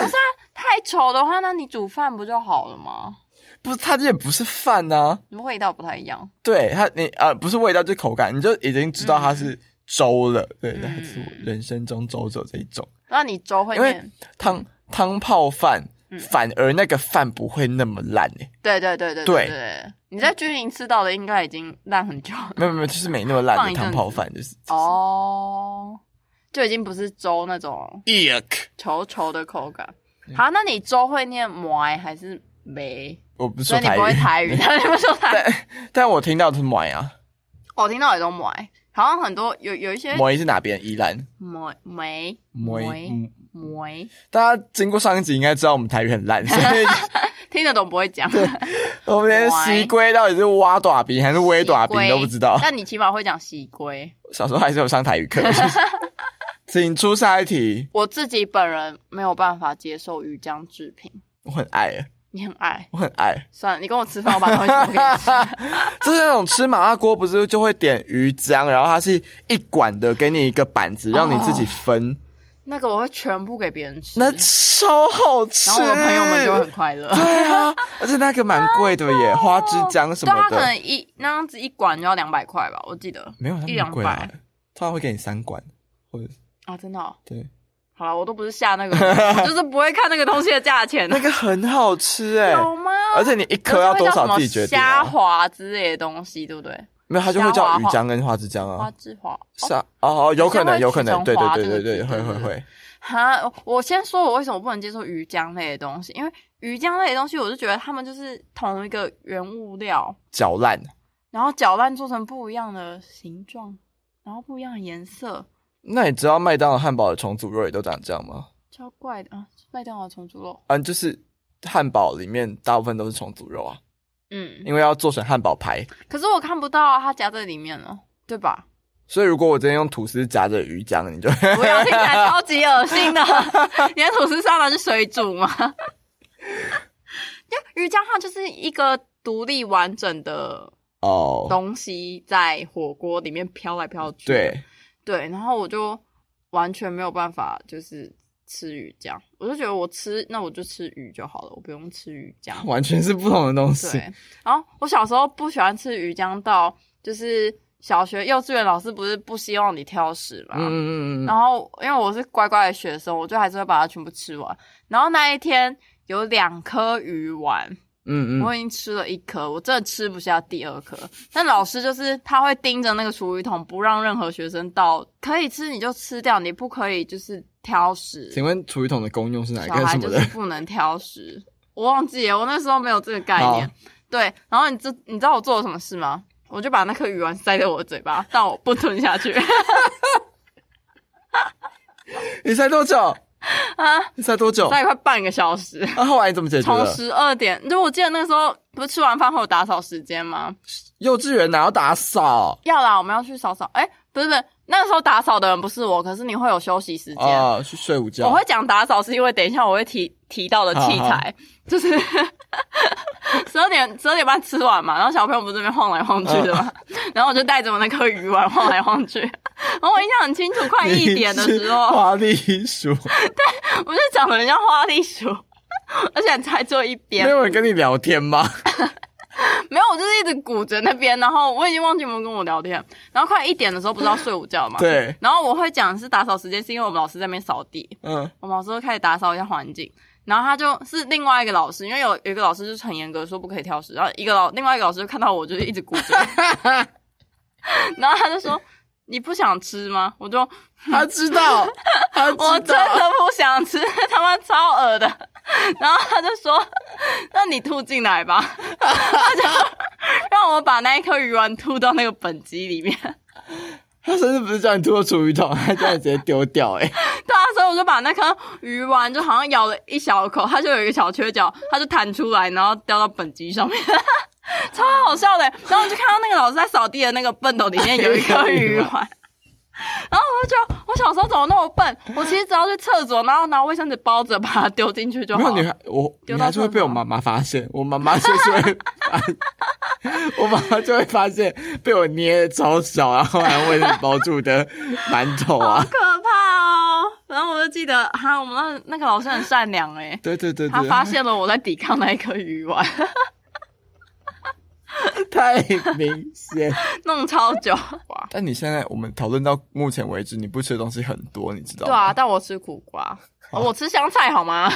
B: 太稠的话，那你煮饭不就好了吗？
A: 不是，它这也不是饭啊，
B: 味道不太一样。
A: 对它你啊不是味道，就是口感，你就已经知道它是粥了，对，
B: 嗯
A: 那还是我人生中粥只有这一种
B: 那你粥会
A: 因为
B: 变？
A: 汤汤泡饭
B: 嗯，
A: 反而那个饭不会那么烂欸诶、
B: 对对对对
A: 对
B: 对，你在军营吃到的应该已经烂很 久了
A: 没有没有，就是没那么烂
B: 放
A: 的
B: 一阵
A: 汤泡饭，就是
B: 哦哦，就已经不是粥那种
A: ，yuck，
B: 稠稠的口感。
A: 嗯
B: 好，那你粥会念馍还是梅？
A: 我不
B: 所
A: 说
B: 以你不会
A: 语，
B: 台语， 你不说台语。
A: 但我听到的是买啊，
B: 我哦听到也都馍，好像很多有有一些
A: 买是哪边？宜兰
B: 馍梅
A: 买。
B: 梅
A: 嗯
B: 馍，
A: 大家经过上一集应该知道我们台语很 烂，所以
B: 听得懂不会讲。
A: 我们连西龟到底是挖短鼻还是微短鼻都不知道。
B: 但你起码会讲西龟。
A: 小时候还是有上台语 课。就是请出下一题，
B: 我自己本人没有办法接受鱼浆制品，
A: 我很爱，
B: 你很爱。
A: 我很爱。
B: 算了，你跟我吃饭，我把东西全部给你吃。
A: 就是那种吃麻辣锅，不是就会点鱼浆，然后它是一管的，给你一个板
B: 哦
A: 子，让你自己分，
B: 那个我会全部给别人吃，
A: 那
B: 然
A: 超好吃。
B: 后我的朋友们就会很快乐。
A: 对啊，而且那个蛮贵 的耶，花枝浆什
B: 对他
A: 么
B: 可能
A: 的，
B: 一那样子一管就要两百块吧，我记得
A: 没有它
B: 一
A: 么
B: 两
A: 贵啊
B: 百，
A: 通常会给你三管，或者
B: 啊，真的、哦。
A: 对，
B: 好了，我都不是下那个，我就是不会看那个东西的 价钱。
A: 那个很好吃哎，
B: 有吗？
A: 而且你一颗要多少自己决定
B: 虾
A: 啊，
B: 滑之类的东西，对不对？
A: 没有它就会
B: 虾
A: 叫
B: 滑
A: 鱼浆跟花枝浆
B: 啊花
A: 啊，
B: 枝滑。
A: 是啊，哦哦，有可能
B: 好像会
A: 有可能，
B: 取
A: 对
B: 成
A: 对
B: 花
A: 对对
B: 这
A: 对，
B: 个
A: 会
B: 字
A: 会会，
B: 哈，我先说，我为什么不能接受鱼浆类的东西？因为鱼浆类的东西，我就觉得他们就是同一个原物料，
A: 搅烂，
B: 然后搅拌做成不一样的形状，然后不一样的颜色，
A: 那你知道麦当劳汉堡的重组肉也都长这样吗？
B: 超怪的啊！麦当劳重组肉，
A: 嗯，就是汉堡里面大部分都是重组肉啊，
B: 嗯，
A: 因为要做成汉堡排。
B: 可是我看不到啊，它夹在里面了，对吧？
A: 所以如果我今天用吐司夹着鱼浆，你就
B: 不要听起来超级恶心 的，你的吐司上来是水煮吗？因为鱼浆它 就是一个独立完整的
A: 哦，
B: 东西在火锅里面飘来飘去。
A: 对，
B: 对，然后我就完全没有办法，就是吃鱼浆，我就觉得我吃那我就吃鱼就好了，我不用吃鱼浆。
A: 完全是不同的东西。
B: 对，然后我小时候不喜欢吃鱼浆到，就是小学、幼稚园老师不是不希望你挑食嘛，
A: 嗯嗯嗯嗯，
B: 然后因为我是乖乖的学生，我就还是会把它全部吃完。然后那一天有两颗鱼丸，
A: 嗯嗯，
B: 我已经吃了一颗，我真的吃不下第二颗。但老师就是他会盯着那个厨余桶，不让任何学生倒，可以吃你就吃掉，你不可以就是挑食。
A: 请问厨余桶的功用是哪一
B: 小
A: 个什
B: 孩
A: 么
B: 就
A: 的
B: 是？不能挑食，我忘记了，我那时候没有这个概念。对，然后你知你知道我做了什么事吗？我就把那颗鱼丸塞在我的嘴巴，但我不吞 下去。
A: 你猜多久啊？你猜多久？
B: 大概快半个小时。
A: 那啊后来你怎么解决
B: 从
A: 的？
B: 十二点，就我记得那时候不是吃完饭后有打扫时间吗？
A: 幼稚园哪要打扫？
B: 要啦，我们要去扫扫。哎、不是不是，那个时候打扫的人不是我，可是你会有休息时间。
A: 哦，去睡午觉。
B: 我会讲打扫是因为等一下我会提提到的器材，就是 十二点十二点半吃完嘛，然后小朋友不是这边晃来晃去的嘛，
A: 嗯
B: 然后我就带着我那颗鱼丸晃来晃去。然后我印象很清楚，快一点的时候
A: 你是，花栗鼠，
B: 我就讲了人家花栗鼠， 而且才只有一边
A: 没。有人跟你聊天 吗？
B: 没有，我就是一直鼓着那边，然后我已经忘记有没有跟我聊天。然后快一点的时候，不是要睡午觉嘛？。
A: 对，
B: 然后我会讲是打扫时间，是因为我们老师在那边扫地，
A: 嗯，
B: 我们老师会开始打扫一下环境。然后他就是另外一个老师，因为有有一个老师就是很严格说不可以挑食，然后一个老另外一个老师就看到我就是一直鼓着，然后他就说你不想吃吗？我就
A: 他知道，他知道。
B: 我真的不想吃， 他妈超恶的。 然后他就说：“那你吐进来吧。” 他就让我把那一颗鱼丸吐到那个本机里面。
A: 他甚至不是叫你吐到厨余桶，他叫你直接丢掉、欸。哎，
B: 对啊，所以我就把那颗鱼丸就好像咬了一小口，它就有一个小缺角，它就弹出来，然后掉到本机上面。 超好笑的，然后我就看到那个老师在扫地的那个笨斗里面有一颗鱼 丸，然后我就觉得我小时候怎么那么笨？我其实只要去厕所，然后拿卫生纸包着把它丢进去就
A: 没
B: 好
A: 有
B: 了
A: 你。还我，你
B: 丢到
A: 还是会被我
B: 厕所
A: 妈妈发现，我妈妈就是会发现， 我妈妈就会发现被我捏的超小，然后还喂你包住的馒头
B: 好
A: 啊。
B: 可怕哦！然后我就记得，哈，我们那那个老师很善良哎、
A: 对对对
B: 他
A: 对，
B: 发现了我在抵抗那一颗鱼丸，
A: 太明显。
B: 弄超久。哇，
A: 但你现在我们讨论到目前为止，你不吃的东西很多，你知道
B: 对
A: 吗？
B: 啊，但我吃苦瓜，
A: 哦
B: 哦我吃香菜好吗？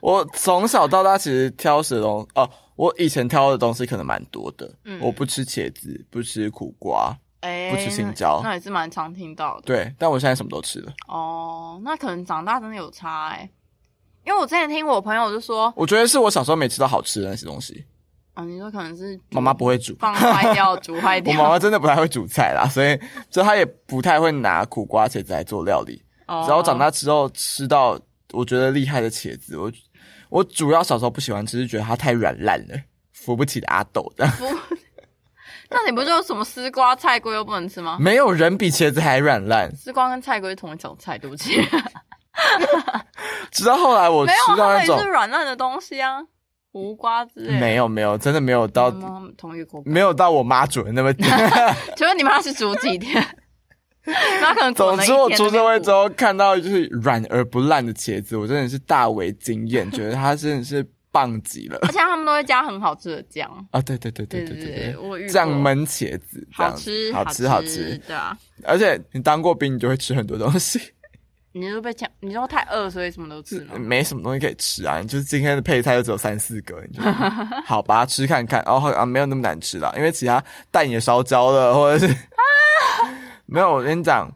A: 我从小到大其实挑食的东哦，我以前挑的东西可能蛮多的。
B: 嗯
A: 我不吃茄子，不吃苦瓜，
B: 哎、
A: 不吃青椒
B: 那那也是蛮常听到的。
A: 对，但我现在什么都吃了。
B: 哦，那可能长大真的有差哎、因为我之前听我朋友就说，
A: 我觉得是我小时候没吃到好吃的那些东西，
B: 啊，你说可能是
A: 妈妈不会煮。
B: 放坏掉、煮坏
A: 我
B: 掉，
A: 妈妈真的不太会煮菜啦，所以就她也不太会拿苦瓜茄子来做料理。
B: 哦
A: 只要我长大之后吃到我觉得厉害的茄子，我我主要小时候不喜欢吃，是觉得它太软烂了，扶不起的阿斗这样。
B: 那你不就什么丝瓜、菜龟又不能吃吗？
A: 没有人比茄子还软烂。
B: 丝瓜跟菜龟是同一种菜，对不起。
A: 直到后来我
B: 没
A: 吃
B: 有，
A: 到那
B: 它们也
A: 种
B: 是软烂的东西啊，无瓜之类的。
A: 没有没有，真的没有到
B: 你们同一个国家。
A: 没有到我妈煮的那么。
B: 请问你妈是煮几天？那可能煮了
A: 总之，我
B: 一天
A: 出
B: 那
A: 社
B: 边
A: 会
B: 煮
A: 之后看到就是软而不烂的茄子，我真的是大为惊艳，觉得它真的是棒极 了
B: 而且他们都会加很好吃的酱。
A: 啊！对对对对对
B: 对
A: 对
B: 对，
A: 对。
B: 我遇过
A: 酱焖茄子，这样
B: 好
A: 子
B: 吃，
A: 好吃，好吃。
B: 对啊。
A: 而且你当过兵，你就会吃很多东西，
B: 你就被抢，你说太饿，所以什么都吃吗？
A: 没什么东西可以吃啊。你就是今天的配菜就只有三四个，你就好吧，吃看看。哦好啊，没有那么难吃啦，因为其他蛋也烧焦了，或者是没有。我跟你讲，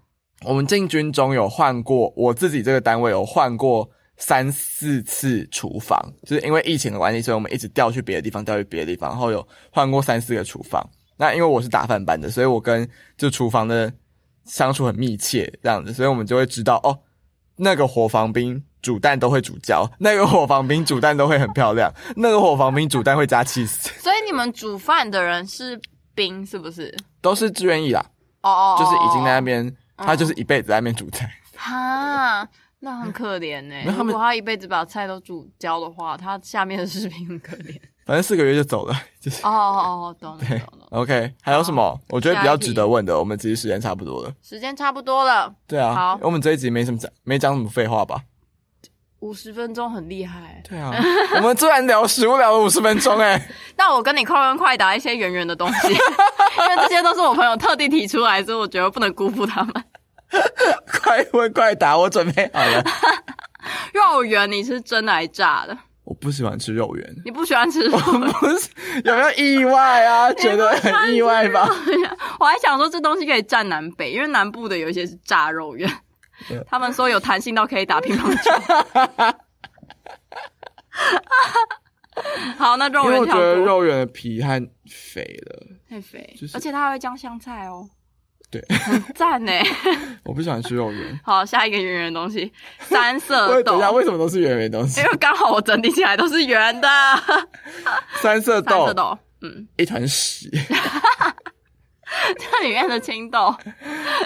A: 我们进军中有换过，我自己这个单位有换过。三四次厨房，就是因为疫情的关系，所以我们一直调去别的地方，调去别的地方，然后有换过三四个厨房。那因为我是打饭班的，所以我跟就厨房的相处很密切，这样子，所以我们就会知道哦，那个火防兵煮蛋都会煮焦，那个火防兵煮蛋都会很漂亮， 那个火防兵煮蛋会加 cheese，
B: 所以你们煮饭的人是兵，是不是？
A: 都是志愿役啦，
B: 哦哦，
A: 就是已经在那
B: 边
A: 边，他就是一辈子在那边煮菜。
B: 哈，那很可 怜呢、
A: 有他
B: 如
A: 们
B: 果他一辈子把菜都煮焦的话，他下面的士兵很可 怜。
A: 反正四个月就走了， 就是
B: 哦哦哦，懂了
A: 对
B: 懂了，
A: OK。还有什么？我觉得比
B: 下
A: 较
B: 一题
A: 值得问的，我们其实时间差不多了。
B: 时间差不多了，
A: 对啊，
B: 好
A: 我们这一集没什么讲，没讲什么废话吧？
B: 五十分钟很厉害。
A: 对啊， 我们居然聊食物聊了五十分钟、哎，
B: 那我跟你快问快答一些圆圆的东 西，因为这些都是我朋友特地提出来，所以我觉得不能辜负他们。
A: 快问快答，我准备好了。
B: 肉圆你是蒸的还是炸的？
A: 我不喜欢吃肉圆，
B: 你不喜欢吃肉
A: 我 不是有没有意外啊？觉得很意外吧？
B: 我还想说这东西可以占南北，因为南部的有一些是炸肉圆，他们说有弹性到可以打乒乓球。 好，那肉
A: 因为
B: 圆
A: 我觉
B: 跳
A: 得
B: 过，
A: 肉圆的皮太肥了，
B: 太肥，
A: 就是
B: 而且它还会酱香菜哦，
A: 对，
B: 赞欸呢。
A: 我不喜欢吃肉 圆。
B: 好，下一个圆圆的东 西，三
A: 我
B: 色
A: 也等
B: 豆哎
A: 一。下，为什么都是圆圆东西
B: 因？为刚好我整理起来都是圆的，
A: 三色
B: 三
A: 豆
B: 色，豆，嗯，
A: 一团屎。
B: 这里面的青豆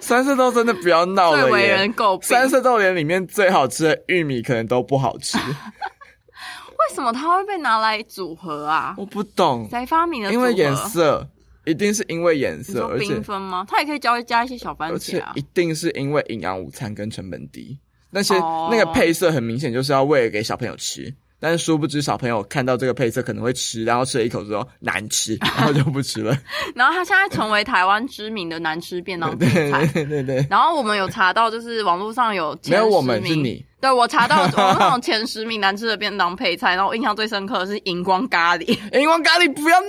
A: 三色豆真的不要闹
B: 最
A: 了
B: 为
A: 耶
B: 人！诟 病。
A: 三色豆连里面最好吃的玉米可能都不好 吃，
B: 为什么它会被拿来组合啊？
A: 我不懂，
B: 谁发明的？
A: 因为颜色一定是因为颜
B: 你
A: 色，
B: 说
A: 而且
B: 缤纷吗？它也可以加加一些小番
A: 而
B: 茄
A: 且
B: 啊
A: 一。定是因为营养午餐跟成本低，那些、
B: 哦
A: 那个配色很明显就是要为了给小朋友吃，但是殊不知小朋友看到这个配色可能会吃，然后吃了一口之后难吃，然后就不吃了。
B: 然后它现在成为台湾知名的难吃便当配
A: 对
B: 菜。
A: 对对对，
B: 然后我们有查到，就是网络上有前
A: 没有我们
B: 10名
A: 是你，
B: 对我查到网络上有前十名难吃的便当配菜，然后我印象最深刻的是荧光咖喱，对
A: 荧光咖喱不要闹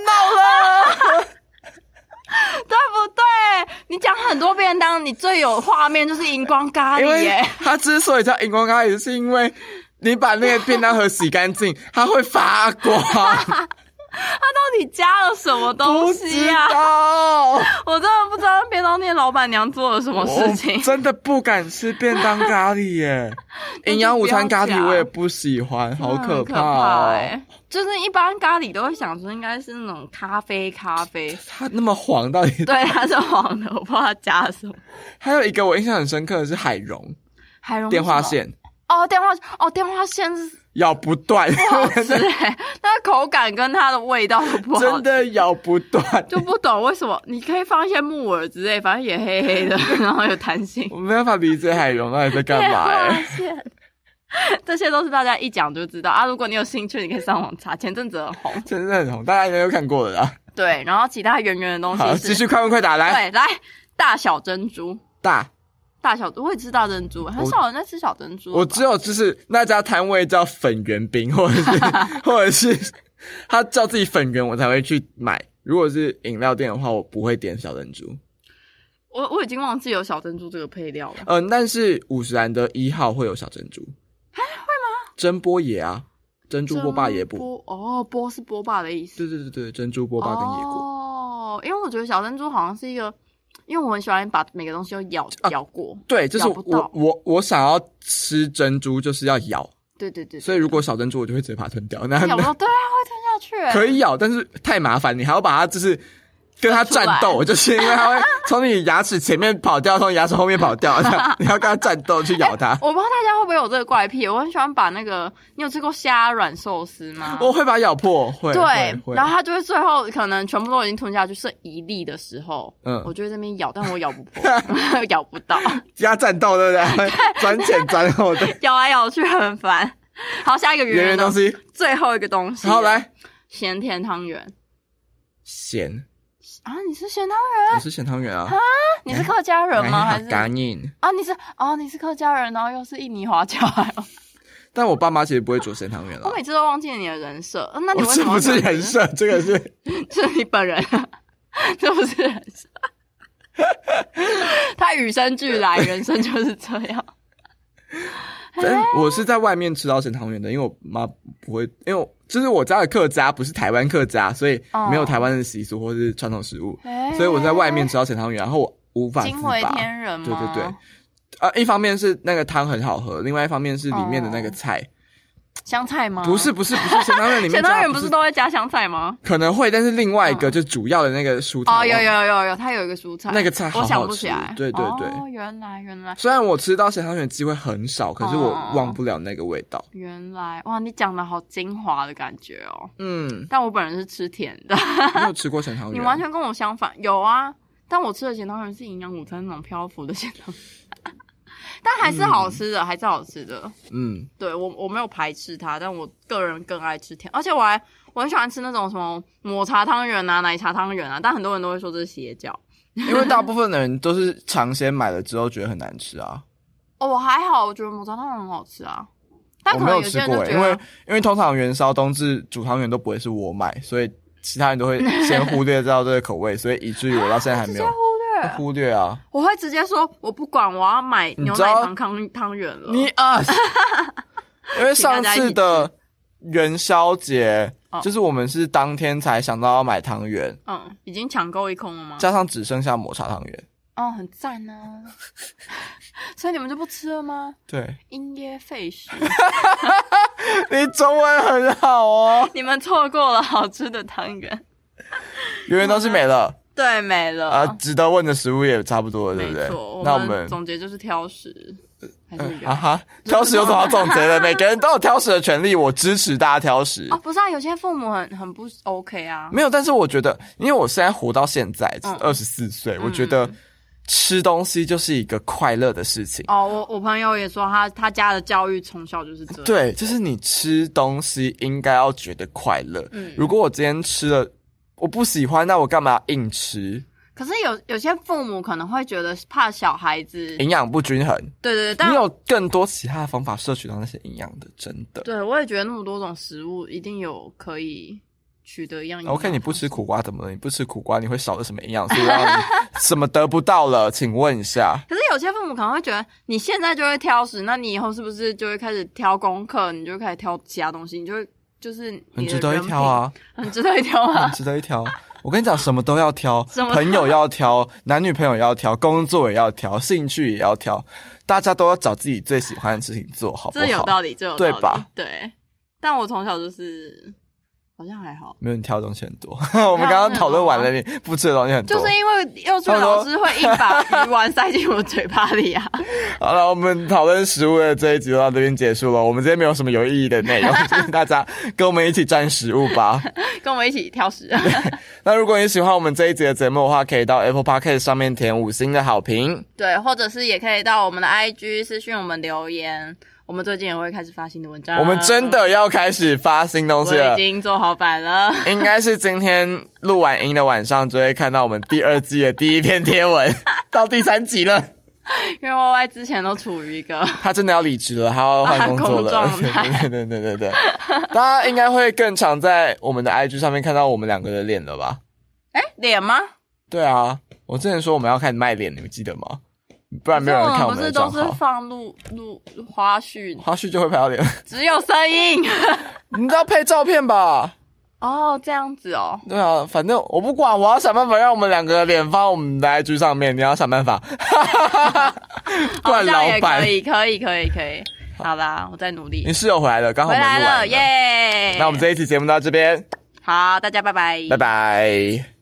A: 了，
B: 不对？你讲很多便当，你最有画面就是荧光咖
A: 因
B: 喱
A: 为
B: 耶。
A: 它之所以叫荧光咖喱，是因为你把那个便当盒洗干净，它会发 光，
B: 它到底加了什么
A: 不
B: 东
A: 知
B: 西啊？
A: 道。
B: 我真的不知道便当店老板娘做了什么事情
A: 我。真的不敢吃便当咖喱耶，
B: 那就不要
A: 营养午餐咖喱
B: 夹
A: 我也不喜欢，好
B: 嗯可
A: 怕哦！
B: 欸就是一般咖喱都会想说应该是那种咖啡 咖啡，
A: 它那么黄，到底？
B: 对，它是黄的，我不知道它加了什么。
A: 还有一个我印象很深刻的是海蓉
B: 海蓉
A: 电话
B: 是什么
A: 线
B: 哦，电话哦，电话线是
A: 咬不断，
B: 好吃哎，它的口感跟它的味道都不 好，
A: 真的咬不断。
B: 就不懂为什么。你可以放一些木耳之类，反正也黑 黑的，然后有弹性。
A: 我没办法理解海蓉到底在 干嘛
B: 电
A: 哎
B: 话。线，啊这些都是大家一讲就知道啊。如果你有兴趣，你可以上网查，前阵子很红。
A: 真的很红，大家应该都看过了啦。
B: 对，然后其他圆圆的东
A: 好，
B: 西
A: 继
B: 是，
A: 续快问快答来。
B: 哦对，来大小珍珠。
A: 大，
B: 大小，我也吃大珍珠，很少人在吃小珍珠啊吧。
A: 我只有就是那家摊位叫粉圆冰，或者 是或者是他叫自己粉圆，我才会去买。如果是饮料店的话，我不会点小珍珠。
B: 我我已经忘记有
A: 呃
B: 小珍珠这个配料了。
A: 嗯、但是五十兰的一号会有小珍珠，会吗？蒸波野啊，珍珠波霸野
B: 波
A: 补。
B: 哦，波是波霸的意思，
A: 对对对对，珍珠波霸跟野果。
B: 哦，因为我觉得小珍珠好像是一个，因为我很喜欢把每个东西都咬、
A: 啊
B: 咬过，
A: 对，就是
B: 咬不到
A: 我我我想要吃珍珠，就是要咬，
B: 对对对对
A: 所以如果小珍珠，我就会直接把它吞掉。那
B: 咬不
A: 那
B: 到，对啊，会吞下去 欸，
A: 可以咬，但是太麻烦，你还要把它就是跟它战斗，就是因为它会从你牙齿前面跑掉，从牙齿后面跑 掉，这样你要跟它战斗去咬它。
B: 我不知道大家会不会有这个怪癖，我很喜欢把那个，你有吃过虾软寿司吗？
A: 我会把它咬破，会，
B: 对
A: 会，会
B: 然后它就会最后可能全部都已经吞下去，剩一粒的时候，
A: 嗯
B: 我就会在那边咬，但我咬 不破， 咬不到，
A: 加战斗，对 不对？转前转后 的
B: 咬来咬去很烦。好，下一个
A: 圆
B: 圆
A: 圆
B: 圆
A: 东
B: 东西，
A: 西。
B: 最后一个东西，啊
A: 好，来
B: 咸甜汤圆
A: 咸，
B: 啊！你是咸汤圆，
A: 我是咸汤圆 啊。
B: 你是客家人吗？还
A: 哎
B: 是
A: 干硬，
B: 啊？你是哦，你是客家人，然后又是印尼华 侨，
A: 但我爸妈其实不会煮咸汤圆了
B: 我。每次都忘记你的人设，呃 那你
A: 我
B: 为
A: 是
B: 什么
A: 不是
B: 会这样
A: 人设？这个是
B: 是你本人，这不是人 生。他与生俱来，人生就是这 样。哎
A: 真，哎我是在外面吃到咸汤圆的，因为我妈不会，因为我就是我家的客家不是台湾客家，所以没有
B: 哦
A: 台湾的习俗或是传统食物，所以我在外面吃到咸汤圆，然后我无法自
B: 哎惊为
A: 拔。
B: 天人
A: 对
B: 吗？
A: 对对，啊，一方面是那个汤很好喝，另外一方面是里面的那个菜，
B: 香菜吗？
A: 不是，不是不是咸汤圆里面
B: 咸
A: 加
B: 哦汤圆不
A: 不
B: 是都会加香菜吗？
A: 可能会，但是另外一个就主要的那个蔬菜，
B: 哦，有有有有，它有一个蔬菜，
A: 那个菜好
B: 我想
A: 好
B: 不
A: 吃
B: 起来。，
A: 对对对。
B: 哦，原来原来
A: 虽然我吃到咸汤圆的机会很少，可是我
B: 哦
A: 忘不了那个味道。
B: 原来，哇，你讲的好精华的感觉哦。
A: 嗯，
B: 但我本人是吃甜的，
A: 你有吃过咸汤圆？
B: 你完全跟我相反。有啊，但我吃的咸汤圆是营养午餐那种漂浮的咸汤圆， 但还是好吃的，还是好吃的。
A: 嗯，
B: 对我我没有排斥它，但我个人更爱吃甜，而且我还我很喜欢吃那种什么抹茶汤圆啊、奶茶汤圆啊，但很多人都会说这是邪教。
A: 因为大部分的人都是尝鲜买了之后觉得很难吃啊。
B: 哦，我还好，我觉得抹茶汤圆很好吃啊，但
A: 我
B: 可
A: 没
B: 能
A: 有
B: 些
A: 吃
B: 人
A: 过、
B: 就
A: 欸，
B: 觉
A: 因为
B: 得
A: 因为通常元宵、冬至煮汤圆都不会是我买，所以其他人都会先忽略掉这个口味，所以以至于我到现在还
B: 直
A: 欸没有
B: 接 忽略，
A: 忽略啊。
B: 我会直接说我不管，我要买
A: 你
B: 牛
A: 知
B: 奶
A: 道
B: 糖汤汤圆了。
A: 你啊，因为上次的元宵节
B: 哦，
A: 就是我们是当天才想到要买汤圆，
B: 嗯，已经抢购一空了吗？
A: 加上只剩下抹茶汤圆。
B: 哦，很赞 啊！所以你们就不吃了吗？
A: 对
B: 因噎废食，
A: 你中文很好哦，
B: 你们错过了好吃的汤圆。
A: 永远都是没了
B: 对，没了。
A: 啊、值得问的食物也差不多了，对
B: 哦没
A: 不对
B: 错，？
A: 那
B: 我
A: 我们
B: 总结就是挑食，还是
A: 嗯
B: 人、
A: 啊 哈，挑食有什么好总结的？每个人都有挑食的权利，我支持大家挑食
B: 哦，。不是啊，有些父母很很不 OK 啊，
A: 没有，但是我觉得，因为我现在活到现在
B: 嗯
A: 二十四岁，我
B: 嗯
A: 觉得吃东西就是一个快乐的事情。
B: 哦，我我朋友也说他他家的教育从小就是这样，
A: 对，就是你吃东西应该要觉得快乐。
B: 嗯
A: 如果我今天吃了我不喜欢，那我干嘛硬吃？
B: 可是有有些父母可能会觉得怕小孩子，对
A: 营养不均衡。
B: 对对，
A: 你
B: 但
A: 有更多其他的方法摄取到那些营养的，真的。
B: 对我也觉得那么多种食物一定有可以取得一样营养
A: OK，你不
B: 方式
A: 吃苦瓜怎么了？你不吃苦瓜，你会少了什么营养素？让 你什么得不到了？请问一下。
B: 可是有些父母可能会觉得，你现在就会挑食，那你以后是不是就会开始挑功课？你就会开始挑其他东西，你就会就是
A: 很
B: 你的
A: 值得一
B: 人
A: 挑
B: 品，
A: 啊，
B: 很值得一 挑
A: 很
B: 啊！
A: 值得一挑。我跟你讲，什么都要挑
B: 什，么都
A: 朋友要挑，男女朋友要挑，工作也要挑，兴趣也要挑，大家都要找自己最喜欢的事情做好不
B: 这有
A: 好？
B: 道理，这有道理，
A: 对吧？
B: 对，但我从小就是嗯好像还好，
A: 没有你挑的东西很多。 我们刚刚讨论完了，你不吃的东西很多。
B: 嗯就是因为幼稚园老师会硬把鱼丸塞进我嘴巴里啊。
A: 好了，我们讨论食物的这一集就到这边结束了。我们今天没有什么有意义的内 容，就是大家跟我们一起蘸食物吧。
B: 跟我一起 挑食。
A: 那如果你喜欢我们这一集的节目的话，可以到 Apple Podcast 上面填五星的好评。
B: 对，或者是也可以到我们的 IG 私讯我们留言。我们最近也会开始发新的文章，
A: 我们真的要开始发新东
B: 啊我
A: 西了
B: 已。经做好版了。
A: 应该是今天录完音的晚上，就会看到我们第二季的第一篇贴 文，到第三集了。
B: 因为 Y Y 之前都处于一个
A: 他真的要离职了，他要换工作了。
B: 啊工作状态
A: 对对对对对，大家应该会更常在我们的 IG 上面看到我们两个的脸了吧？
B: 哎脸吗？
A: 对啊，我之前说我们要开始卖脸，你们记得吗？不然没有人看
B: 可
A: 我们
B: 是不
A: 的
B: 是都
A: 账
B: 是
A: 号。
B: 放录录花絮，
A: 花絮就会拍到脸，
B: 只有声音。
A: 你知道配照片吧？
B: 哦，这样子哦，
A: 对啊，反正我不管，我要想办法让我们两个脸放我们的 IG 上面，你要想办 法。
B: 好
A: 惯
B: 像
A: 老
B: 也
A: 板
B: 可，以，可以，可以，可以。好啦，我再努力
A: 你。室友回来了，刚好
B: 回
A: 我们
B: 来
A: 录完
B: 了，耶！
A: 那我们这一期节目到这边，
B: 好，大家拜拜，
A: 拜拜。